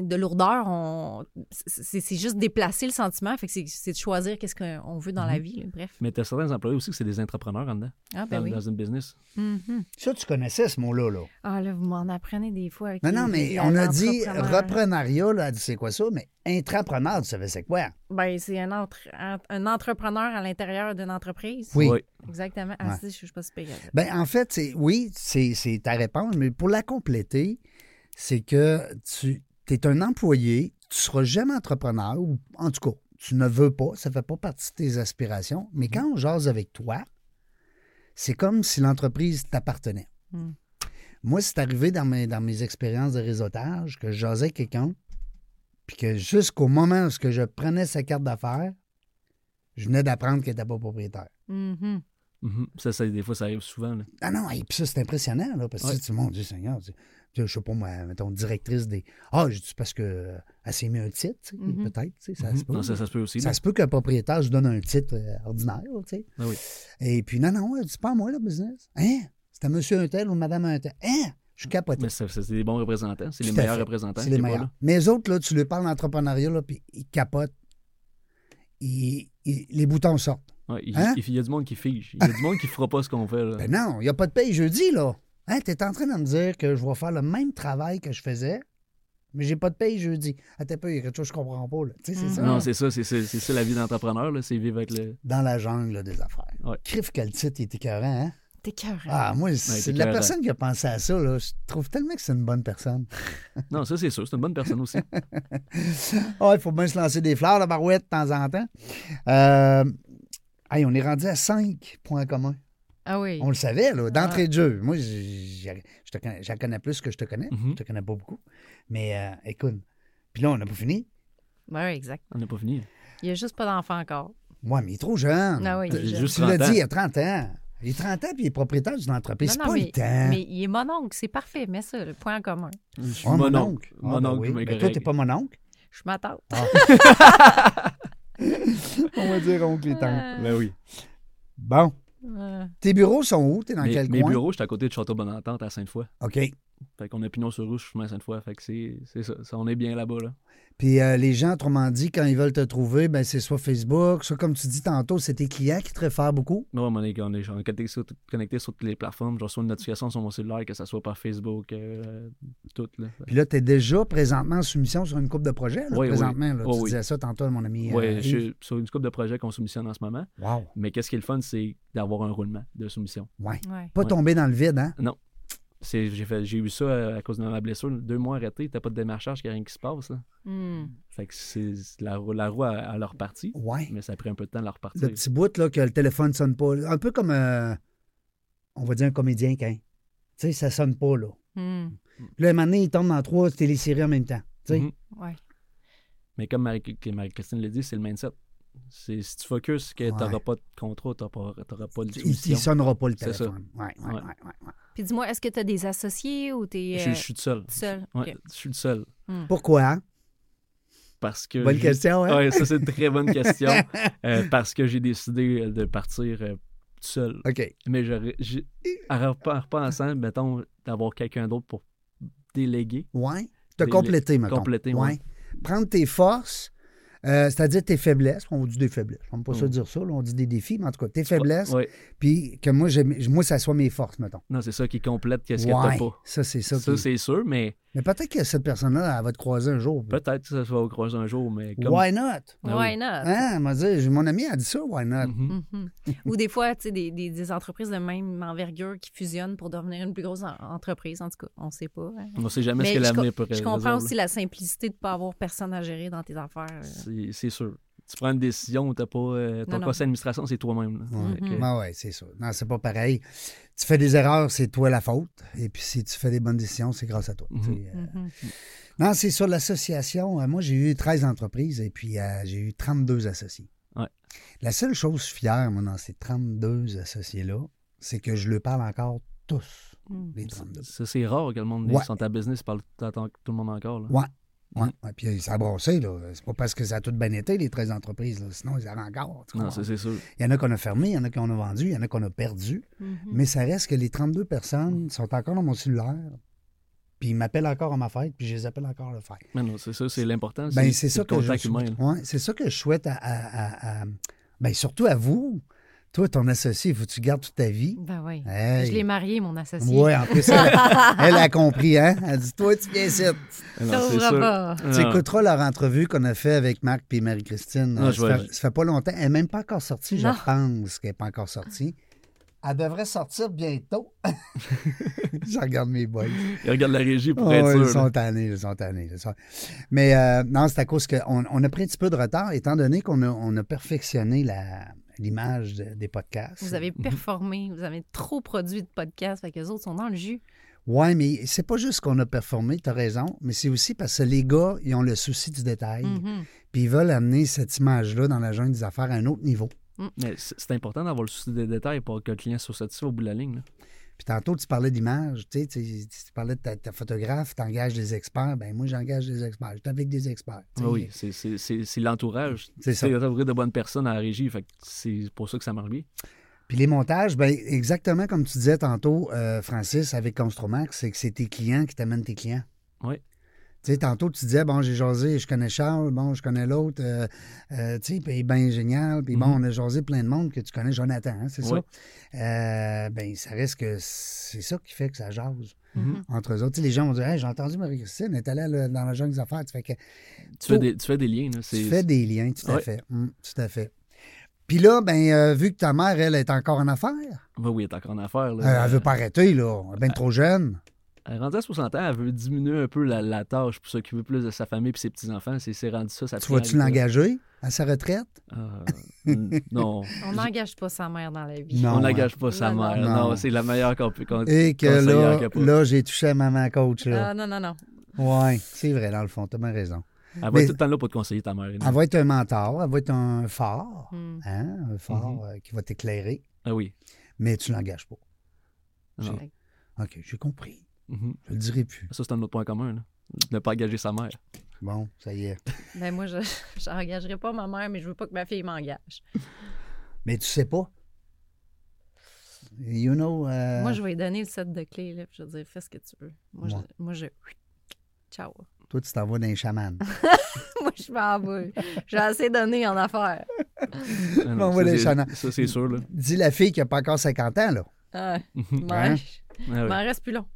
Speaker 2: de lourdeur. On... C'est c'est juste déplacer le sentiment. Fait que c'est- c'est de choisir qu'est-ce qu'on veut
Speaker 3: Mhm.
Speaker 2: dans la vie. là. Bref.
Speaker 3: Mais t'as certains employés aussi que c'est des entrepreneurs en dedans,
Speaker 2: Ah, ben
Speaker 3: dans,
Speaker 2: oui.
Speaker 3: dans une business.
Speaker 2: Mhm.
Speaker 1: Ça, tu connaissais ce mot-là, là.
Speaker 2: Ah là, vous m'en apprenez des fois. avec
Speaker 1: Non, non,
Speaker 2: les-
Speaker 1: mais
Speaker 2: la-
Speaker 1: on a dit
Speaker 2: l'entrepreneur.
Speaker 1: reprenariat, là, elle dit c'est quoi ça, mais intrapreneur, tu savais c'est quoi?
Speaker 2: Ben, c'est un, entre- un- un entrepreneur à l'intérieur d'une entreprise.
Speaker 1: Oui.
Speaker 3: Ouais.
Speaker 2: Exactement. Ah,
Speaker 1: Ouais.
Speaker 2: si, je suis pas si pire.
Speaker 1: Ben, en fait, c'est, oui, c'est, c'est ta réponse, mais pour la compléter, c'est que tu es un employé, tu seras jamais entrepreneur, ou en tout cas, tu ne veux pas, ça ne fait pas partie de tes aspirations, mais quand on jase avec toi, c'est comme si l'entreprise t'appartenait.
Speaker 2: Mm.
Speaker 1: Moi, c'est arrivé dans mes, dans mes expériences de réseautage que je jasais avec quelqu'un, puis que jusqu'au moment où ce que je prenais sa carte d'affaires, je venais d'apprendre qu'elle n'était pas propriétaire.
Speaker 2: Mhm.
Speaker 3: Mhm. Ça, ça, des fois, ça arrive souvent. là.
Speaker 1: Ah non, et puis ça, c'est impressionnant, là, parce que
Speaker 3: Ouais.
Speaker 1: tu dis, mon Dieu Seigneur, tu- tu- je sais pas, moi, mettons, directrice des. Ah, je dis c'est parce que euh, elle s'est mis un titre, tu sais,
Speaker 2: Mhm.
Speaker 1: peut-être, tu sais, ça
Speaker 3: Mhm.
Speaker 1: se peut.
Speaker 3: Non, ça, ça se peut aussi.
Speaker 1: Ça
Speaker 3: là.
Speaker 1: se peut qu'un propriétaire je donne un titre euh, ordinaire, tu sais.
Speaker 3: Ah oui.
Speaker 1: Et puis, non, non, elle dit, c'est pas à moi, le business. Hein? C'était monsieur un tel ou madame un tel. Hein? Je suis capoté.
Speaker 3: Mais ça- ça, c'est des bons représentants. C'est les
Speaker 1: Tout à
Speaker 3: meilleurs
Speaker 1: fait.
Speaker 3: représentants.
Speaker 1: C'est les
Speaker 3: qui voient,
Speaker 1: meilleurs.
Speaker 3: là.
Speaker 1: Mais les autres, là, tu lui parles d'entrepreneuriat, là, puis ils capotent. Ils- ils- les boutons sortent.
Speaker 3: Ouais, il,
Speaker 1: Hein?
Speaker 3: il- il y a du monde qui fige. Il y a du monde qui fera pas ce qu'on fait. là.
Speaker 1: Ben non, il n'y a pas de paye jeudi, là. Hein, t'es en train de me dire que je vais faire le même travail que je faisais, mais j'ai pas de paye jeudi. Attends un peu, il y a quelque chose que je comprends pas, là. Tu sais, c'est
Speaker 2: Mhm.
Speaker 1: ça.
Speaker 3: Mm-hmm. Non, c'est ça, c'est ça, c'est ça la vie d'entrepreneur, là, c'est vivre avec [laughs] le.
Speaker 1: Dans la jungle des affaires.
Speaker 3: Ouais.
Speaker 1: Crif que le titre est écœurant, hein?
Speaker 2: T'es cœur.
Speaker 1: Ah, moi, c'est
Speaker 3: t'es
Speaker 1: la
Speaker 3: écœurant.
Speaker 1: personne qui a pensé à ça, là. Je trouve tellement que c'est une bonne personne. [laughs]
Speaker 3: Non, ça c'est sûr, c'est une bonne personne aussi.
Speaker 1: Ah, il faut bien se lancer des fleurs, la barouette, de temps en temps. Euh, hey, on est rendu à 5 points communs.
Speaker 2: Ah oui.
Speaker 1: On le savait, là,
Speaker 2: Ah.
Speaker 1: d'entrée de jeu. Moi, j- j- je te connais- j'en connais plus que je te connais.
Speaker 3: Mhm.
Speaker 1: Je te connais pas beaucoup. Mais euh, écoute, puis là, on n'a pas fini.
Speaker 2: Ben oui, exact.
Speaker 3: On n'a pas fini.
Speaker 2: Il n'y a juste pas d'enfant encore.
Speaker 1: Moi, mais il est trop jeune.
Speaker 2: Ah oui, il est
Speaker 3: J'ai
Speaker 2: jeune.
Speaker 3: juste
Speaker 1: Tu l'as
Speaker 3: 30 ans.
Speaker 1: dit, il y a 30 ans. Il est 30 ans, puis il est propriétaire d'une entreprise. C'est
Speaker 2: Non,
Speaker 1: pas
Speaker 2: non,
Speaker 1: le
Speaker 2: mais,
Speaker 1: temps.
Speaker 2: mais il est mon oncle, c'est parfait. Mais ça, le point en commun.
Speaker 3: Je suis
Speaker 1: Oh, mon oncle. Ah,
Speaker 3: Mon
Speaker 1: ben
Speaker 3: oncle,
Speaker 1: oui.
Speaker 3: mais
Speaker 1: Mais toi,
Speaker 3: correct.
Speaker 1: t'es pas mon
Speaker 3: [laughs]
Speaker 1: oncle. Ah.
Speaker 2: Je m'attends.
Speaker 1: On va dire oncle et tante.
Speaker 3: Ben oui.
Speaker 1: Bon.
Speaker 2: Euh,
Speaker 1: Tes bureaux sont où? T'es dans
Speaker 3: Mes,
Speaker 1: quel
Speaker 3: mes
Speaker 1: coin?
Speaker 3: bureaux, j'étais à côté de Château Bonentente à Sainte-Foy.
Speaker 1: OK.
Speaker 3: Fait qu'on a pignon sur rouge chemin à Sainte-Foy. Fait que c'est c'est ça, ça, On est bien là-bas, là.
Speaker 1: Puis euh, les gens, autrement dit, quand ils veulent te trouver, ben, c'est soit Facebook, soit comme tu dis tantôt, c'est tes clients qui te réfèrent beaucoup.
Speaker 3: Non, on est, on est- on est connecté, sur, connecté sur toutes les plateformes. Je reçois une notification sur mon cellulaire, que ce soit par Facebook, euh, tout. Là.
Speaker 1: Puis là, tu es déjà présentement en soumission sur une coupe de projets, là,
Speaker 3: Oui, oui.
Speaker 1: présentement. là.
Speaker 3: Oh,
Speaker 1: tu
Speaker 3: oui.
Speaker 1: disais ça tantôt à mon ami. euh,
Speaker 3: Ouais,
Speaker 1: Yves.
Speaker 3: je suis sur une couple de projets qu'on soumissionne en ce moment.
Speaker 1: Wow.
Speaker 3: Mais qu'est-ce qui est le fun, c'est d'avoir un roulement de soumission.
Speaker 1: Ouais.
Speaker 2: ouais.
Speaker 1: Pas
Speaker 3: Ouais.
Speaker 1: tomber dans le vide, hein?
Speaker 3: C'est- J'ai fait- j'ai eu ça euh, à cause de ma blessure. Deux mois arrêté, t'as pas de démarchage, y a rien qui se passe. là.
Speaker 1: Mm.
Speaker 2: Hmm.
Speaker 3: Fait que c'est la, roue- la roue à, leur repartie.
Speaker 1: Ouais.
Speaker 3: Mais ça a pris un peu de temps à la
Speaker 1: Le
Speaker 3: repartir.
Speaker 1: petit bout là, que le téléphone sonne pas. Un peu comme, euh, on va dire, un comédien quand. Tu sais, ça sonne pas, là.
Speaker 2: Hmm.
Speaker 1: Puis là, à un moment donné, il tombe dans trois téléséries en même temps. Tu sais,
Speaker 3: Mhm.
Speaker 2: Ouais.
Speaker 3: Mais comme Marie- que Marie-Christine l'a dit, c'est le mindset. C'est si tu focuses que
Speaker 1: Ouais.
Speaker 3: t'auras pas de contrat, t'auras pas, t'auras pas de
Speaker 1: il, il
Speaker 3: soumission.
Speaker 1: sonnera pas le
Speaker 3: C'est ça.
Speaker 1: téléphone. Ouais, ouais, ouais.
Speaker 3: Ouais.
Speaker 1: ouais, ouais.
Speaker 2: Puis dis-moi, est-ce que tu as des associés ou t'es
Speaker 3: Je,
Speaker 2: euh,
Speaker 3: je suis le seul.
Speaker 2: seul?
Speaker 3: Ouais,
Speaker 2: Ok.
Speaker 3: Je suis le seul.
Speaker 1: Pourquoi? hein?
Speaker 3: Parce que
Speaker 1: Bonne
Speaker 3: j'ai-
Speaker 1: question, hein?
Speaker 3: Euh, Ouais, ça c'est une très bonne
Speaker 1: [laughs]
Speaker 3: question. Euh, parce que j'ai décidé euh, de partir euh, tout seul.
Speaker 1: OK.
Speaker 3: Mais j'aurais- j'ai- en rep- en repensant, mettons, d'avoir quelqu'un d'autre pour déléguer.
Speaker 1: Ouais. Te
Speaker 3: Les-
Speaker 1: compléter, mettons.
Speaker 3: compléter, ouais.
Speaker 1: ouais. Prendre tes forces, Euh, C'est-à-dire tes faiblesses. On dit des faiblesses. On ne peut pas ça dire ça. là, on dit des défis, mais en tout cas, tes faiblesses.
Speaker 3: Mm. Ouais.
Speaker 1: Puis que moi, j'aime- moi, ça soit mes forces, mettons.
Speaker 3: Non, c'est ça qui complète qu'est-ce que
Speaker 1: Ouais,
Speaker 3: t'as pas.
Speaker 1: ça, c'est ça.
Speaker 3: Ça,
Speaker 1: qui-
Speaker 3: c'est sûr, mais
Speaker 1: Mais peut-être que cette personne-là, elle va te croiser un jour.
Speaker 3: peut-être que ça se va au croiser un jour, mais comme...
Speaker 1: Why not?
Speaker 3: Ah oui.
Speaker 2: Why not?
Speaker 1: Hein, elle m'a dit, mon ami a dit ça, why not?
Speaker 3: Mhm.
Speaker 2: Mhm. Ou des fois, tu sais, des, des, des entreprises de même envergure qui fusionnent pour devenir une plus grosse en- entreprise. En tout cas, on ne sait pas. hein.
Speaker 3: On sait jamais
Speaker 2: Mais
Speaker 3: ce que
Speaker 2: je,
Speaker 3: l'avenir
Speaker 2: co-
Speaker 3: peut
Speaker 2: je
Speaker 3: réserver,
Speaker 2: comprends
Speaker 3: là.
Speaker 2: aussi la simplicité de ne pas avoir personne à gérer dans tes affaires. euh.
Speaker 3: C'est- C'est sûr. Tu prends une décision, t'as pas, euh, ton
Speaker 2: non.
Speaker 3: conseil d'administration, c'est toi-même. là.
Speaker 1: Ouais.
Speaker 3: Fait que-
Speaker 1: Ben ouais, c'est ça. Non, c'est pas pareil. Tu fais des erreurs, c'est toi la faute. Et puis si tu fais des bonnes décisions, c'est grâce à toi.
Speaker 3: Mhm.
Speaker 1: Tu sais, euh,
Speaker 2: Mhm.
Speaker 1: Non, c'est sur l'association. Euh, Moi, j'ai eu 13 entreprises et puis euh, j'ai eu 32 associés.
Speaker 3: Ouais.
Speaker 1: La seule chose fière, moi, dans ces 32 associés-là, c'est que je le parle encore tous,
Speaker 2: Mhm.
Speaker 3: Mm-hmm.
Speaker 1: les 32.
Speaker 3: Ça, c'est rare que le monde
Speaker 1: Ouais.
Speaker 3: sont à business parle tout, à temps- tout le monde encore. là.
Speaker 1: Ouais.
Speaker 3: Mhm.
Speaker 1: Ouais. ouais. Puis euh, ça a brassé, là. C'est pas parce que ça a tout bien été, les 13 entreprises, là. Sinon, ils avaient encore. tu
Speaker 3: Non,
Speaker 1: comprends?
Speaker 3: ça, c'est sûr.
Speaker 1: Il y en a qu'on a fermé, il y en a qu'on a vendu, il y en a qu'on a perdu.
Speaker 2: Mhm.
Speaker 1: Mais ça reste que les 32
Speaker 3: Mhm.
Speaker 1: personnes sont encore dans mon cellulaire, puis ils m'appellent encore à ma fête, puis je les appelle encore à la fête.
Speaker 3: Mais non, c'est ça, c'est l'important.
Speaker 1: Ben, c'est ça
Speaker 3: le
Speaker 1: que je
Speaker 3: contact humain.
Speaker 1: souhaite.
Speaker 3: là.
Speaker 1: Ouais, c'est ça que je souhaite à, à- à- à- ben, surtout à vous. Toi, ton associé, faut que tu gardes toute ta vie.
Speaker 2: Ben oui.
Speaker 1: Hey.
Speaker 2: Je l'ai marié, mon associé.
Speaker 1: Ouais, en plus, elle,
Speaker 2: [laughs]
Speaker 1: elle a compris, hein? Elle dit, toi, tu viens ici.
Speaker 3: Ah non,
Speaker 2: Ça
Speaker 3: c'est
Speaker 2: ouvre
Speaker 3: sûr.
Speaker 2: pas.
Speaker 3: Ah,
Speaker 1: Tu écouteras leur entrevue qu'on a fait avec Marc et Marie-Christine.
Speaker 3: Ah,
Speaker 1: Euh,
Speaker 3: je
Speaker 1: ça,
Speaker 3: vais-
Speaker 1: fait, ça fait pas longtemps. Elle n'est même pas encore sortie,
Speaker 2: Non.
Speaker 1: je pense qu'elle n'est pas encore sortie. Elle devrait sortir bientôt. [laughs] je regarde mes boys.
Speaker 3: il regarde la régie pour
Speaker 1: Oh,
Speaker 3: être
Speaker 1: ils
Speaker 3: sûr. là.
Speaker 1: sont tannés, ils sont tannés. ils sont- Mais euh, non, c'est à cause qu'on on a pris un petit peu de retard, étant donné qu'on a, on a perfectionné la- l'image de- des podcasts.
Speaker 2: Vous avez performé, vous avez trop produit de podcasts, fait que les autres sont dans le jus.
Speaker 1: Oui, mais c'est pas juste qu'on a performé, tu as raison, mais c'est aussi parce que les gars, ils ont le souci du détail,
Speaker 2: Mhm.
Speaker 1: puis ils veulent amener cette image-là dans la jungle des affaires à un autre niveau.
Speaker 3: Mais c'est c'est important d'avoir le souci des détails pour que le client soit satisfait au bout de la ligne. là.
Speaker 1: Puis tantôt, tu parlais d'image, tu sais, tu tu parlais de ta, ta photographe, tu engages des experts. Ben moi, j'engage des experts. Je suis avec des experts. tu sais.
Speaker 3: Ah oui, c'est- c'est- c'est c'est l'entourage.
Speaker 1: C'est ça.
Speaker 3: C'est d'ouvrir de bonnes personnes à la régie. fait que C'est pour ça que ça marche bien.
Speaker 1: Puis les montages, ben exactement comme tu disais tantôt, euh, Francis, avec Constromax, c'est que c'est tes clients qui t'amènent tes clients.
Speaker 3: Oui.
Speaker 1: Tu sais, tantôt, tu disais, bon, j'ai jasé, je connais Charles, bon, je connais l'autre, euh, euh, tu sais, puis ben génial, puis bon, on
Speaker 3: Mhm.
Speaker 1: a jasé plein de monde que tu connais, Jonathan, hein, c'est
Speaker 3: Oui.
Speaker 1: ça? Euh, ben, ça reste que c'est ça qui fait que ça jase
Speaker 3: Mhm.
Speaker 1: entre eux autres. Tu sais, les gens vont dire, Hey, j'ai entendu Marie-Christine, elle est allée à la- dans la jungle des affaires, tu fais que
Speaker 3: Tu fais des, tu fais des liens. là,
Speaker 1: tu
Speaker 3: c'est-
Speaker 1: fais des liens, tout à
Speaker 3: Ouais.
Speaker 1: fait, Mm, tout à fait. Puis là, ben, euh, vu que ta mère, elle, est encore en affaires...
Speaker 3: Ouais, oui, t'as encore en affaire.
Speaker 1: Euh, Elle,
Speaker 3: là.
Speaker 1: elle veut pas arrêter, là. Elle est bien trop jeune.
Speaker 3: Elle est rendue à 60 ans, elle veut diminuer un peu la, la tâche pour s'occuper plus de sa famille et ses petits-enfants. C'est c'est rendu ça, ça
Speaker 1: Tu vas-tu l'engager à sa retraite?
Speaker 3: Euh,
Speaker 1: [laughs]
Speaker 3: Non.
Speaker 2: On n'engage pas sa mère dans la vie.
Speaker 1: Non,
Speaker 2: Ah,
Speaker 3: on
Speaker 1: ouais.
Speaker 3: n'engage pas sa
Speaker 2: Non, non.
Speaker 3: mère.
Speaker 1: Non.
Speaker 3: Non, c'est la meilleure qu'on peut. qu'on-
Speaker 1: Et que
Speaker 3: conseillère
Speaker 1: là,
Speaker 3: qu'elle peut.
Speaker 1: là j'ai touché à maman coach, là.
Speaker 2: Ah, non, non, non.
Speaker 1: Ouais, c'est vrai, dans le fond, t'as bien raison.
Speaker 3: Elle va
Speaker 1: mais-
Speaker 3: être tout le temps là pour te conseiller ta mère.
Speaker 1: Elle va être un mentor, elle va être un phare,
Speaker 2: Mm.
Speaker 1: hein, un phare euh, qui va t'éclairer,
Speaker 3: Ah oui.
Speaker 1: mais tu l'engages pas.
Speaker 3: Non.
Speaker 1: OK, j'ai compris.
Speaker 3: Mhm.
Speaker 1: Je le dirai plus.
Speaker 3: Ça, c'est un autre point commun. là. Ne pas engager sa mère.
Speaker 1: Bon, ça y est.
Speaker 2: Ben moi, je [laughs] n'engagerai pas ma mère, mais je veux pas que ma fille m'engage.
Speaker 1: Mais tu sais pas. You know... euh,
Speaker 2: Moi, je vais lui donner le set de clés, là, puis je vais dire, fais ce que tu veux. Moi,
Speaker 1: Ouais.
Speaker 2: je... Moi, je... Ciao. [laughs]
Speaker 1: Toi, tu t'en vas d'un chaman. [laughs]
Speaker 2: moi, je m'en vais. J'ai assez donné en affaires.
Speaker 3: Ah
Speaker 1: Bon,
Speaker 3: non,
Speaker 1: voilà,
Speaker 3: ça,
Speaker 1: Shannon.
Speaker 3: c'est- ça, c'est sûr. Là. [laughs]
Speaker 1: Dis la fille qui a pas encore 50 ans, là.
Speaker 2: Ah,
Speaker 3: Mhm.
Speaker 1: Hein?
Speaker 2: ouais.
Speaker 3: Ah oui.
Speaker 2: m'en reste plus long.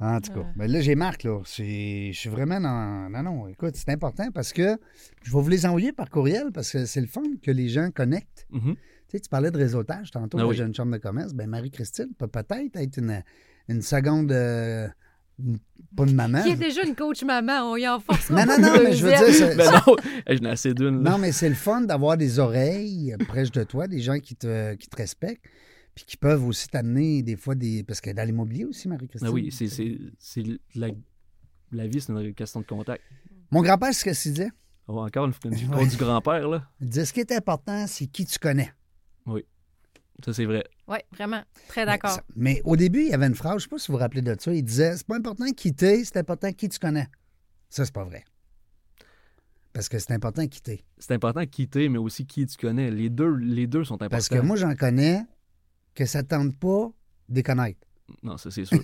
Speaker 1: En tout cas,
Speaker 2: Ouais.
Speaker 1: ben là, j'ai Marc, là. C'est- Je suis vraiment dans. Non, non, écoute, c'est important parce que je vais vous les envoyer par courriel parce que c'est le fun que les gens connectent.
Speaker 3: Mhm.
Speaker 1: Tu sais, tu parlais de réseautage tantôt,
Speaker 3: Ah
Speaker 1: la
Speaker 3: oui.
Speaker 1: jeune chambre de commerce. Ben Marie-Christine peut peut-être être une, une seconde. euh, une- pas une maman.
Speaker 2: Qui est déjà une coach maman, on y en force.
Speaker 1: Hein? Non, non, non, mais je veux dire. c'est-
Speaker 3: Ben non, [laughs] je n'ai assez d'une. là.
Speaker 1: non, mais c'est le fun d'avoir des oreilles près de toi, des gens qui te, qui te respectent, puis qui peuvent aussi t'amener des fois des. Parce que dans l'immobilier aussi, Marie-Christine.
Speaker 3: Ah oui, c'est c'est- c'est la, la vie, c'est une question de contact.
Speaker 1: Mon grand-père, c'est ce qu'il disait.
Speaker 3: Oh, encore
Speaker 1: [laughs]
Speaker 3: une fois,
Speaker 1: Ouais.
Speaker 3: du grand-père, là.
Speaker 1: Il disait, ce qui est important, c'est qui tu connais.
Speaker 3: Ça, c'est vrai.
Speaker 2: Oui, vraiment. Très Ah,
Speaker 1: [laughs]
Speaker 2: d'accord.
Speaker 1: Ça- Mais au début, il y avait une phrase, je sais pas si vous vous rappelez de ça, il disait c'est pas important qui t'es, c'est important qui tu connais. Ça, c'est pas vrai. Parce que c'est important qui t'es.
Speaker 3: C'est important de quitter, mais aussi qui tu connais. Les deux, les deux sont importants.
Speaker 1: Parce que moi, j'en connais que ça tente pas de les connaître.
Speaker 3: Non, ça, c'est sûr.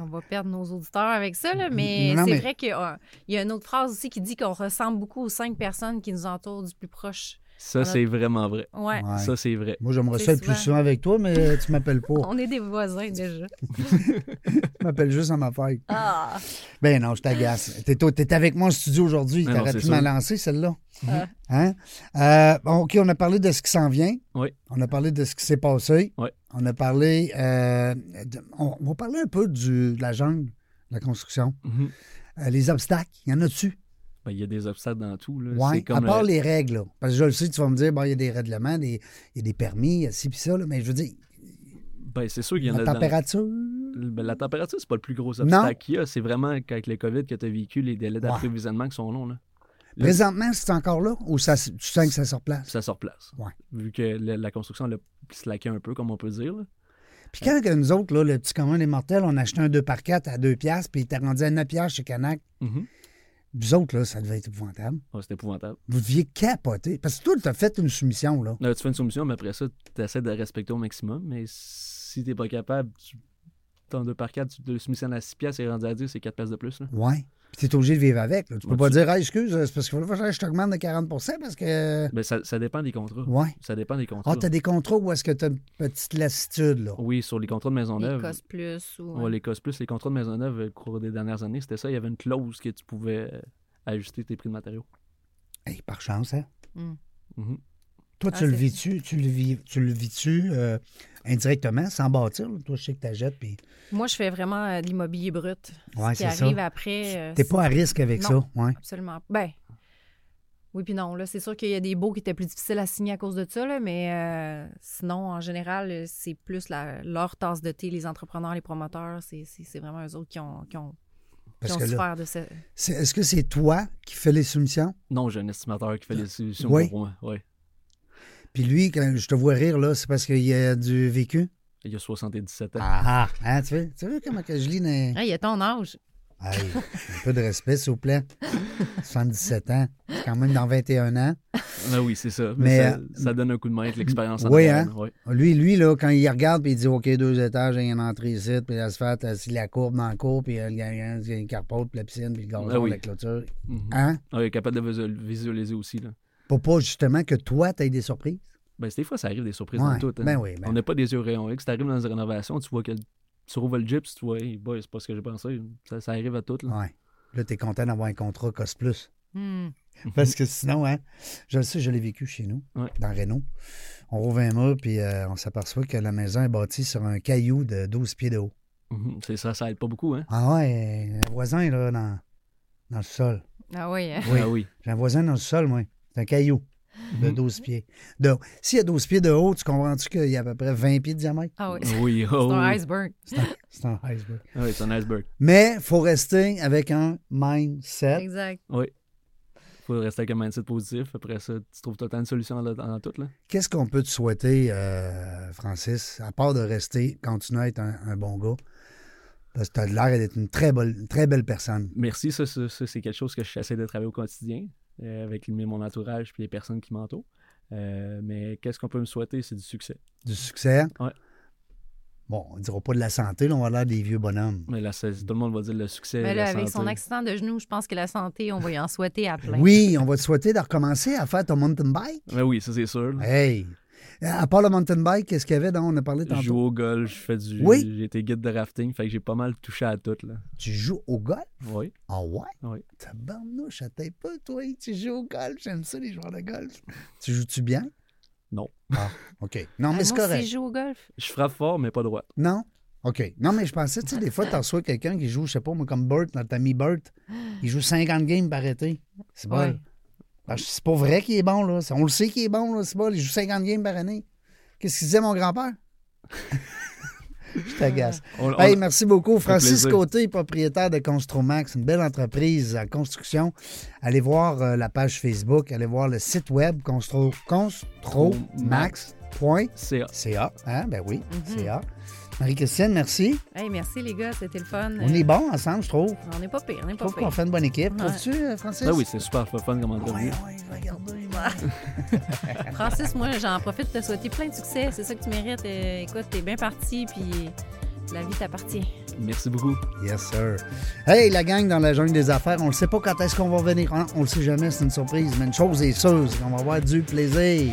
Speaker 2: On va perdre nos auditeurs avec ça, là, mais
Speaker 1: Non,
Speaker 2: c'est
Speaker 1: mais-
Speaker 2: vrai qu'il y a- il y a une autre phrase aussi qui dit qu'on ressemble beaucoup aux cinq personnes qui nous entourent du plus proche.
Speaker 3: Ça, c'est vraiment vrai.
Speaker 2: Ouais.
Speaker 1: Ouais.
Speaker 3: Ça, c'est vrai.
Speaker 1: Moi, j'aimerais
Speaker 2: C'est
Speaker 1: ça être plus
Speaker 2: souvent.
Speaker 1: souvent avec toi, mais tu m'appelles pas.
Speaker 2: On est des voisins déjà.
Speaker 1: Tu m'appelles juste à ma fête.
Speaker 2: Ah!
Speaker 1: Ben non, je t'agace. T'es, toi- t'es avec moi en studio aujourd'hui.
Speaker 3: Ah non,
Speaker 1: T'aurais
Speaker 3: c'est
Speaker 1: pu
Speaker 3: sûr.
Speaker 1: m'en lancer, celle-là.
Speaker 2: Ah.
Speaker 1: Hein? Euh, bon, OK, on a parlé de ce qui s'en vient.
Speaker 3: Oui.
Speaker 1: On a parlé de ce qui s'est passé.
Speaker 3: Oui.
Speaker 1: On a parlé. euh, de- on, on va parler un peu du, de la jungle, de la construction.
Speaker 3: Mhm.
Speaker 1: Euh, les obstacles, il y en a-tu?
Speaker 3: Ben, il y a des obstacles dans tout. Là.
Speaker 1: Ouais,
Speaker 3: C'est comme,
Speaker 1: à part
Speaker 3: euh,
Speaker 1: les règles. là. Parce que je le sais, tu vas me dire, bon, il y a des règlements, des- il y a des permis, il y a ci puis ça, là, mais je veux dire,
Speaker 3: ben, c'est sûr qu'il y en
Speaker 1: la
Speaker 3: a dans-
Speaker 1: température.
Speaker 3: Ben, la température, c'est pas le plus gros
Speaker 1: Non.
Speaker 3: obstacle qu'il y a. C'est vraiment qu'avec le COVID que tu as vécu, les délais d'approvisionnement qui sont longs. Là. Le-
Speaker 1: Présentement, c'est encore là ou ça, se- tu sens que ça se replace?
Speaker 3: Ça sort place.
Speaker 1: Ouais.
Speaker 3: Vu que la, la construction elle a slacké un peu, comme on peut dire. là.
Speaker 1: Puis quand que nous autres, là, le petit commun des mortels, on achetait un 2x4 à 2 piastres, puis il était rendu à 9 piastres chez Canac,
Speaker 3: Mhm.
Speaker 1: vous autres, là, ça devait être épouvantable.
Speaker 3: Ouais, c'est épouvantable.
Speaker 1: Vous deviez capoter. Parce que toi, t'as fait une soumission, là.
Speaker 3: Là, tu fais une soumission, mais après ça, tu essaies de la respecter au maximum. Mais si t'es pas capable, tu ton 2 par 4, tu te soumissionnes à 6 piastres et rendu à 10, c'est 4 piastres de plus. Là.
Speaker 1: Ouais. Puis t'es obligé de vivre avec. là. Tu peux
Speaker 3: Ouais,
Speaker 1: pas
Speaker 3: tu-
Speaker 1: dire, ah, excuse, c'est parce qu'il faut que je t'augmente de 40 parce que.
Speaker 3: Ben, ça, ça dépend des contrats.
Speaker 1: Ouais.
Speaker 3: Ça dépend des contrats.
Speaker 1: Ah, t'as des contrats où est-ce que t'as une petite lassitude, là?
Speaker 3: Oui, sur les contrats de
Speaker 2: Les
Speaker 3: Maisonneuve.
Speaker 2: cosses plus ou.
Speaker 3: On les cause plus. Les contrats de Maisonneuve, euh, au cours des dernières années, c'était ça. Il y avait une clause que tu pouvais euh, ajuster tes prix de matériaux.
Speaker 1: Hey, par chance, hein?
Speaker 3: Mhm.
Speaker 1: Toi,
Speaker 2: Ah,
Speaker 1: tu le
Speaker 2: c'est-
Speaker 1: vis-tu, tu le vis, tu le vis-tu euh, indirectement, sans bâtir? là? Toi, je sais que t'achètes, puis.
Speaker 2: Moi, je fais vraiment euh, de l'immobilier brut.
Speaker 1: Ouais,
Speaker 2: Ce qui
Speaker 1: c'est ça.
Speaker 2: arrive après. euh,
Speaker 1: T'es
Speaker 2: c'est-
Speaker 1: pas à risque avec
Speaker 2: Non.
Speaker 1: ça, ouais.
Speaker 2: Absolument. Ben. Oui, puis non, là, c'est sûr qu'il y a des baux qui étaient plus difficiles à signer à cause de ça, là, mais euh, sinon, en général, euh, c'est plus la- leur tasse de thé, les entrepreneurs, les promoteurs, c'est- c'est c'est vraiment eux autres qui ont, qui ont, qui
Speaker 1: Parce
Speaker 2: ont
Speaker 1: que là,
Speaker 2: souffert de ça.
Speaker 1: c'est- est-ce que c'est toi qui fais les soumissions?
Speaker 3: Non, j'ai un estimateur qui fait les solutions
Speaker 1: Oui.
Speaker 3: pour moi. Ouais.
Speaker 1: Puis lui, quand je te vois rire, là, c'est parce qu'il y a du vécu?
Speaker 3: Il y a 77 ans.
Speaker 1: Ah, ah. Hein, tu, veux, tu veux comment que je lis? dans-
Speaker 2: Hey, il a ton âge.
Speaker 1: Hey, un peu de respect, s'il vous plaît. 77 ans, c'est quand même dans 21 ans.
Speaker 3: Ben oui, c'est ça. Mais,
Speaker 1: Mais,
Speaker 3: ça,
Speaker 1: euh,
Speaker 3: ça donne un coup de main avec l'expérience en
Speaker 1: oui,
Speaker 3: arrière,
Speaker 1: hein?
Speaker 3: ouais.
Speaker 1: Lui, lui là, quand il regarde, puis il dit OK, deux étages, il y a une entrée ici, puis l'asphalte, euh, si la courbe dans la courbe, puis euh, il y a un il y a une carpote, puis la piscine, puis le gazon,
Speaker 3: Ah oui.
Speaker 1: la clôture.
Speaker 3: Mhm.
Speaker 1: Hein?
Speaker 3: Ah, il est capable de visu- visualiser aussi. Là.
Speaker 1: Pour pas justement que toi, t'aies des surprises.
Speaker 3: Ben, c'est des fois, ça arrive des surprises
Speaker 1: Ouais,
Speaker 3: dans tout. hein.
Speaker 1: ben oui, ben
Speaker 3: On n'a pas des yeux rayons X. Tu arrives dans une rénovation, tu vois que tu rouvres le gyps, tu vois, hey, boy, c'est pas ce que j'ai pensé. Ça, ça arrive à tout. Là.
Speaker 1: Ouais. Là, t'es content d'avoir un contrat Cost Plus.
Speaker 2: Hmm.
Speaker 1: Parce que sinon, hein, je le sais, je l'ai vécu chez nous,
Speaker 3: Ouais.
Speaker 1: dans Renault. On rouvre un mur, puis euh, on s'aperçoit que la maison est bâtie sur un caillou de 12 pieds de haut.
Speaker 3: Mhm. C'est ça, ça aide pas beaucoup. Hein?
Speaker 1: Ah ouais, un voisin, là, dans, dans le sol.
Speaker 2: Ah oui, hein?
Speaker 1: Oui.
Speaker 3: Ah oui.
Speaker 1: J'ai un voisin dans le sol, moi. C'est un caillou de
Speaker 3: Mhm.
Speaker 1: 12 pieds. De... haut. S'il y a 12 pieds de haut, tu comprends-tu qu'il y a à peu près 20 pieds de diamètre?
Speaker 2: Ah oui.
Speaker 3: Oui,
Speaker 2: [laughs] C'est
Speaker 3: oh,
Speaker 2: un
Speaker 3: oui.
Speaker 2: iceberg.
Speaker 1: C'est un iceberg.
Speaker 3: Ah oui, c'est un iceberg.
Speaker 1: Mais il faut rester avec un mindset.
Speaker 2: Exact.
Speaker 3: faut rester avec un mindset positif. Après ça, tu trouves tout le temps une solution dans, dans tout. Là.
Speaker 1: Qu'est-ce qu'on peut te souhaiter, euh, Francis, à part de rester, continuer à être un, un bon gars? Parce que tu as l'air d'être une très, bonne- une très belle personne.
Speaker 3: Merci, ça, ça- ça, c'est quelque chose que j'essaie de travailler au quotidien euh, avec mes- mon entourage et les personnes qui m'entourent. Euh, mais qu'est-ce qu'on peut me souhaiter? C'est du succès.
Speaker 1: Du succès.
Speaker 3: Ouais.
Speaker 1: Bon, on dira pas de la santé, là, on va l'air des vieux bonhommes.
Speaker 3: Mais là, c'est- tout le monde va dire le succès.
Speaker 2: Mais
Speaker 3: la
Speaker 2: là, avec
Speaker 3: santé.
Speaker 2: son accident de genou, je pense que la santé, on va y en souhaiter à plein.
Speaker 1: Oui, on va te souhaiter de recommencer à faire ton mountain bike.
Speaker 3: Ben oui, ça c'est sûr.
Speaker 1: Hey! À part le mountain bike, qu'est-ce qu'il y avait dont on a parlé
Speaker 3: Je
Speaker 1: tantôt?
Speaker 3: joue au golf, je fais du.
Speaker 1: Oui.
Speaker 3: J'ai été guide de rafting, fait que j'ai pas mal touché à tout. Là.
Speaker 1: Tu joues au golf?
Speaker 3: Oui.
Speaker 1: Ah ouais?
Speaker 3: Oui.
Speaker 1: Tabarnouche, t'es pas, toi, tu joues au golf. J'aime ça, les joueurs de golf. Tu joues-tu bien?
Speaker 3: Non.
Speaker 1: Ah, OK. Non,
Speaker 2: Ah,
Speaker 1: mais c'est
Speaker 2: moi aussi,
Speaker 1: correct.
Speaker 2: je joue au golf.
Speaker 3: Je frappe fort, mais pas droit.
Speaker 1: Non? OK. Non, mais je pensais, tu sais, des fois, t'en reçois quelqu'un qui joue, je sais pas, moi, comme Burt, notre ami Burt. Il joue 50 games par été. C'est bon.
Speaker 2: Ouais.
Speaker 1: Alors, C'est pas vrai qu'il est bon, là. On le sait qu'il est bon, là. C'est bon. Il joue 50 games par année. Qu'est-ce qu'il disait, mon grand-père? [laughs] je t'agace.
Speaker 3: On- on-
Speaker 1: Hey, merci beaucoup.
Speaker 3: Ah. fait
Speaker 1: Francis
Speaker 3: plaisir.
Speaker 1: Côté, propriétaire de Construmax, une belle entreprise en construction. Allez voir euh, la page Facebook, allez voir le site web constru- construmax.ca.
Speaker 3: C'est
Speaker 1: Hein? Ben oui,
Speaker 2: Mhm.
Speaker 1: CA. Marie-Christine, merci.
Speaker 2: Hey, merci les gars, c'était le fun.
Speaker 1: On
Speaker 2: Euh,
Speaker 1: est bons ensemble, je trouve.
Speaker 2: On n'est pas pire, on n'est
Speaker 1: Je
Speaker 2: pas
Speaker 1: trouve qu'on
Speaker 2: pire.
Speaker 1: fait une bonne équipe.
Speaker 2: Ouais.
Speaker 1: Trouves-tu, euh, Francis?
Speaker 3: Ah oui, c'est super fun comme
Speaker 1: Ouais,
Speaker 3: entrevue.
Speaker 1: ouais, je vais regarder.
Speaker 2: Francis, moi, j'en profite de te souhaiter plein de succès. C'est ça que tu mérites. Euh, écoute, t'es bien parti, puis La vie t'appartient.
Speaker 3: Merci beaucoup.
Speaker 1: Yes, sir. Hey, la gang dans la jungle des affaires, on ne sait pas quand est-ce qu'on va venir. On, on le sait jamais, c'est une surprise. Mais une chose est sûre, c'est qu'on va avoir du plaisir.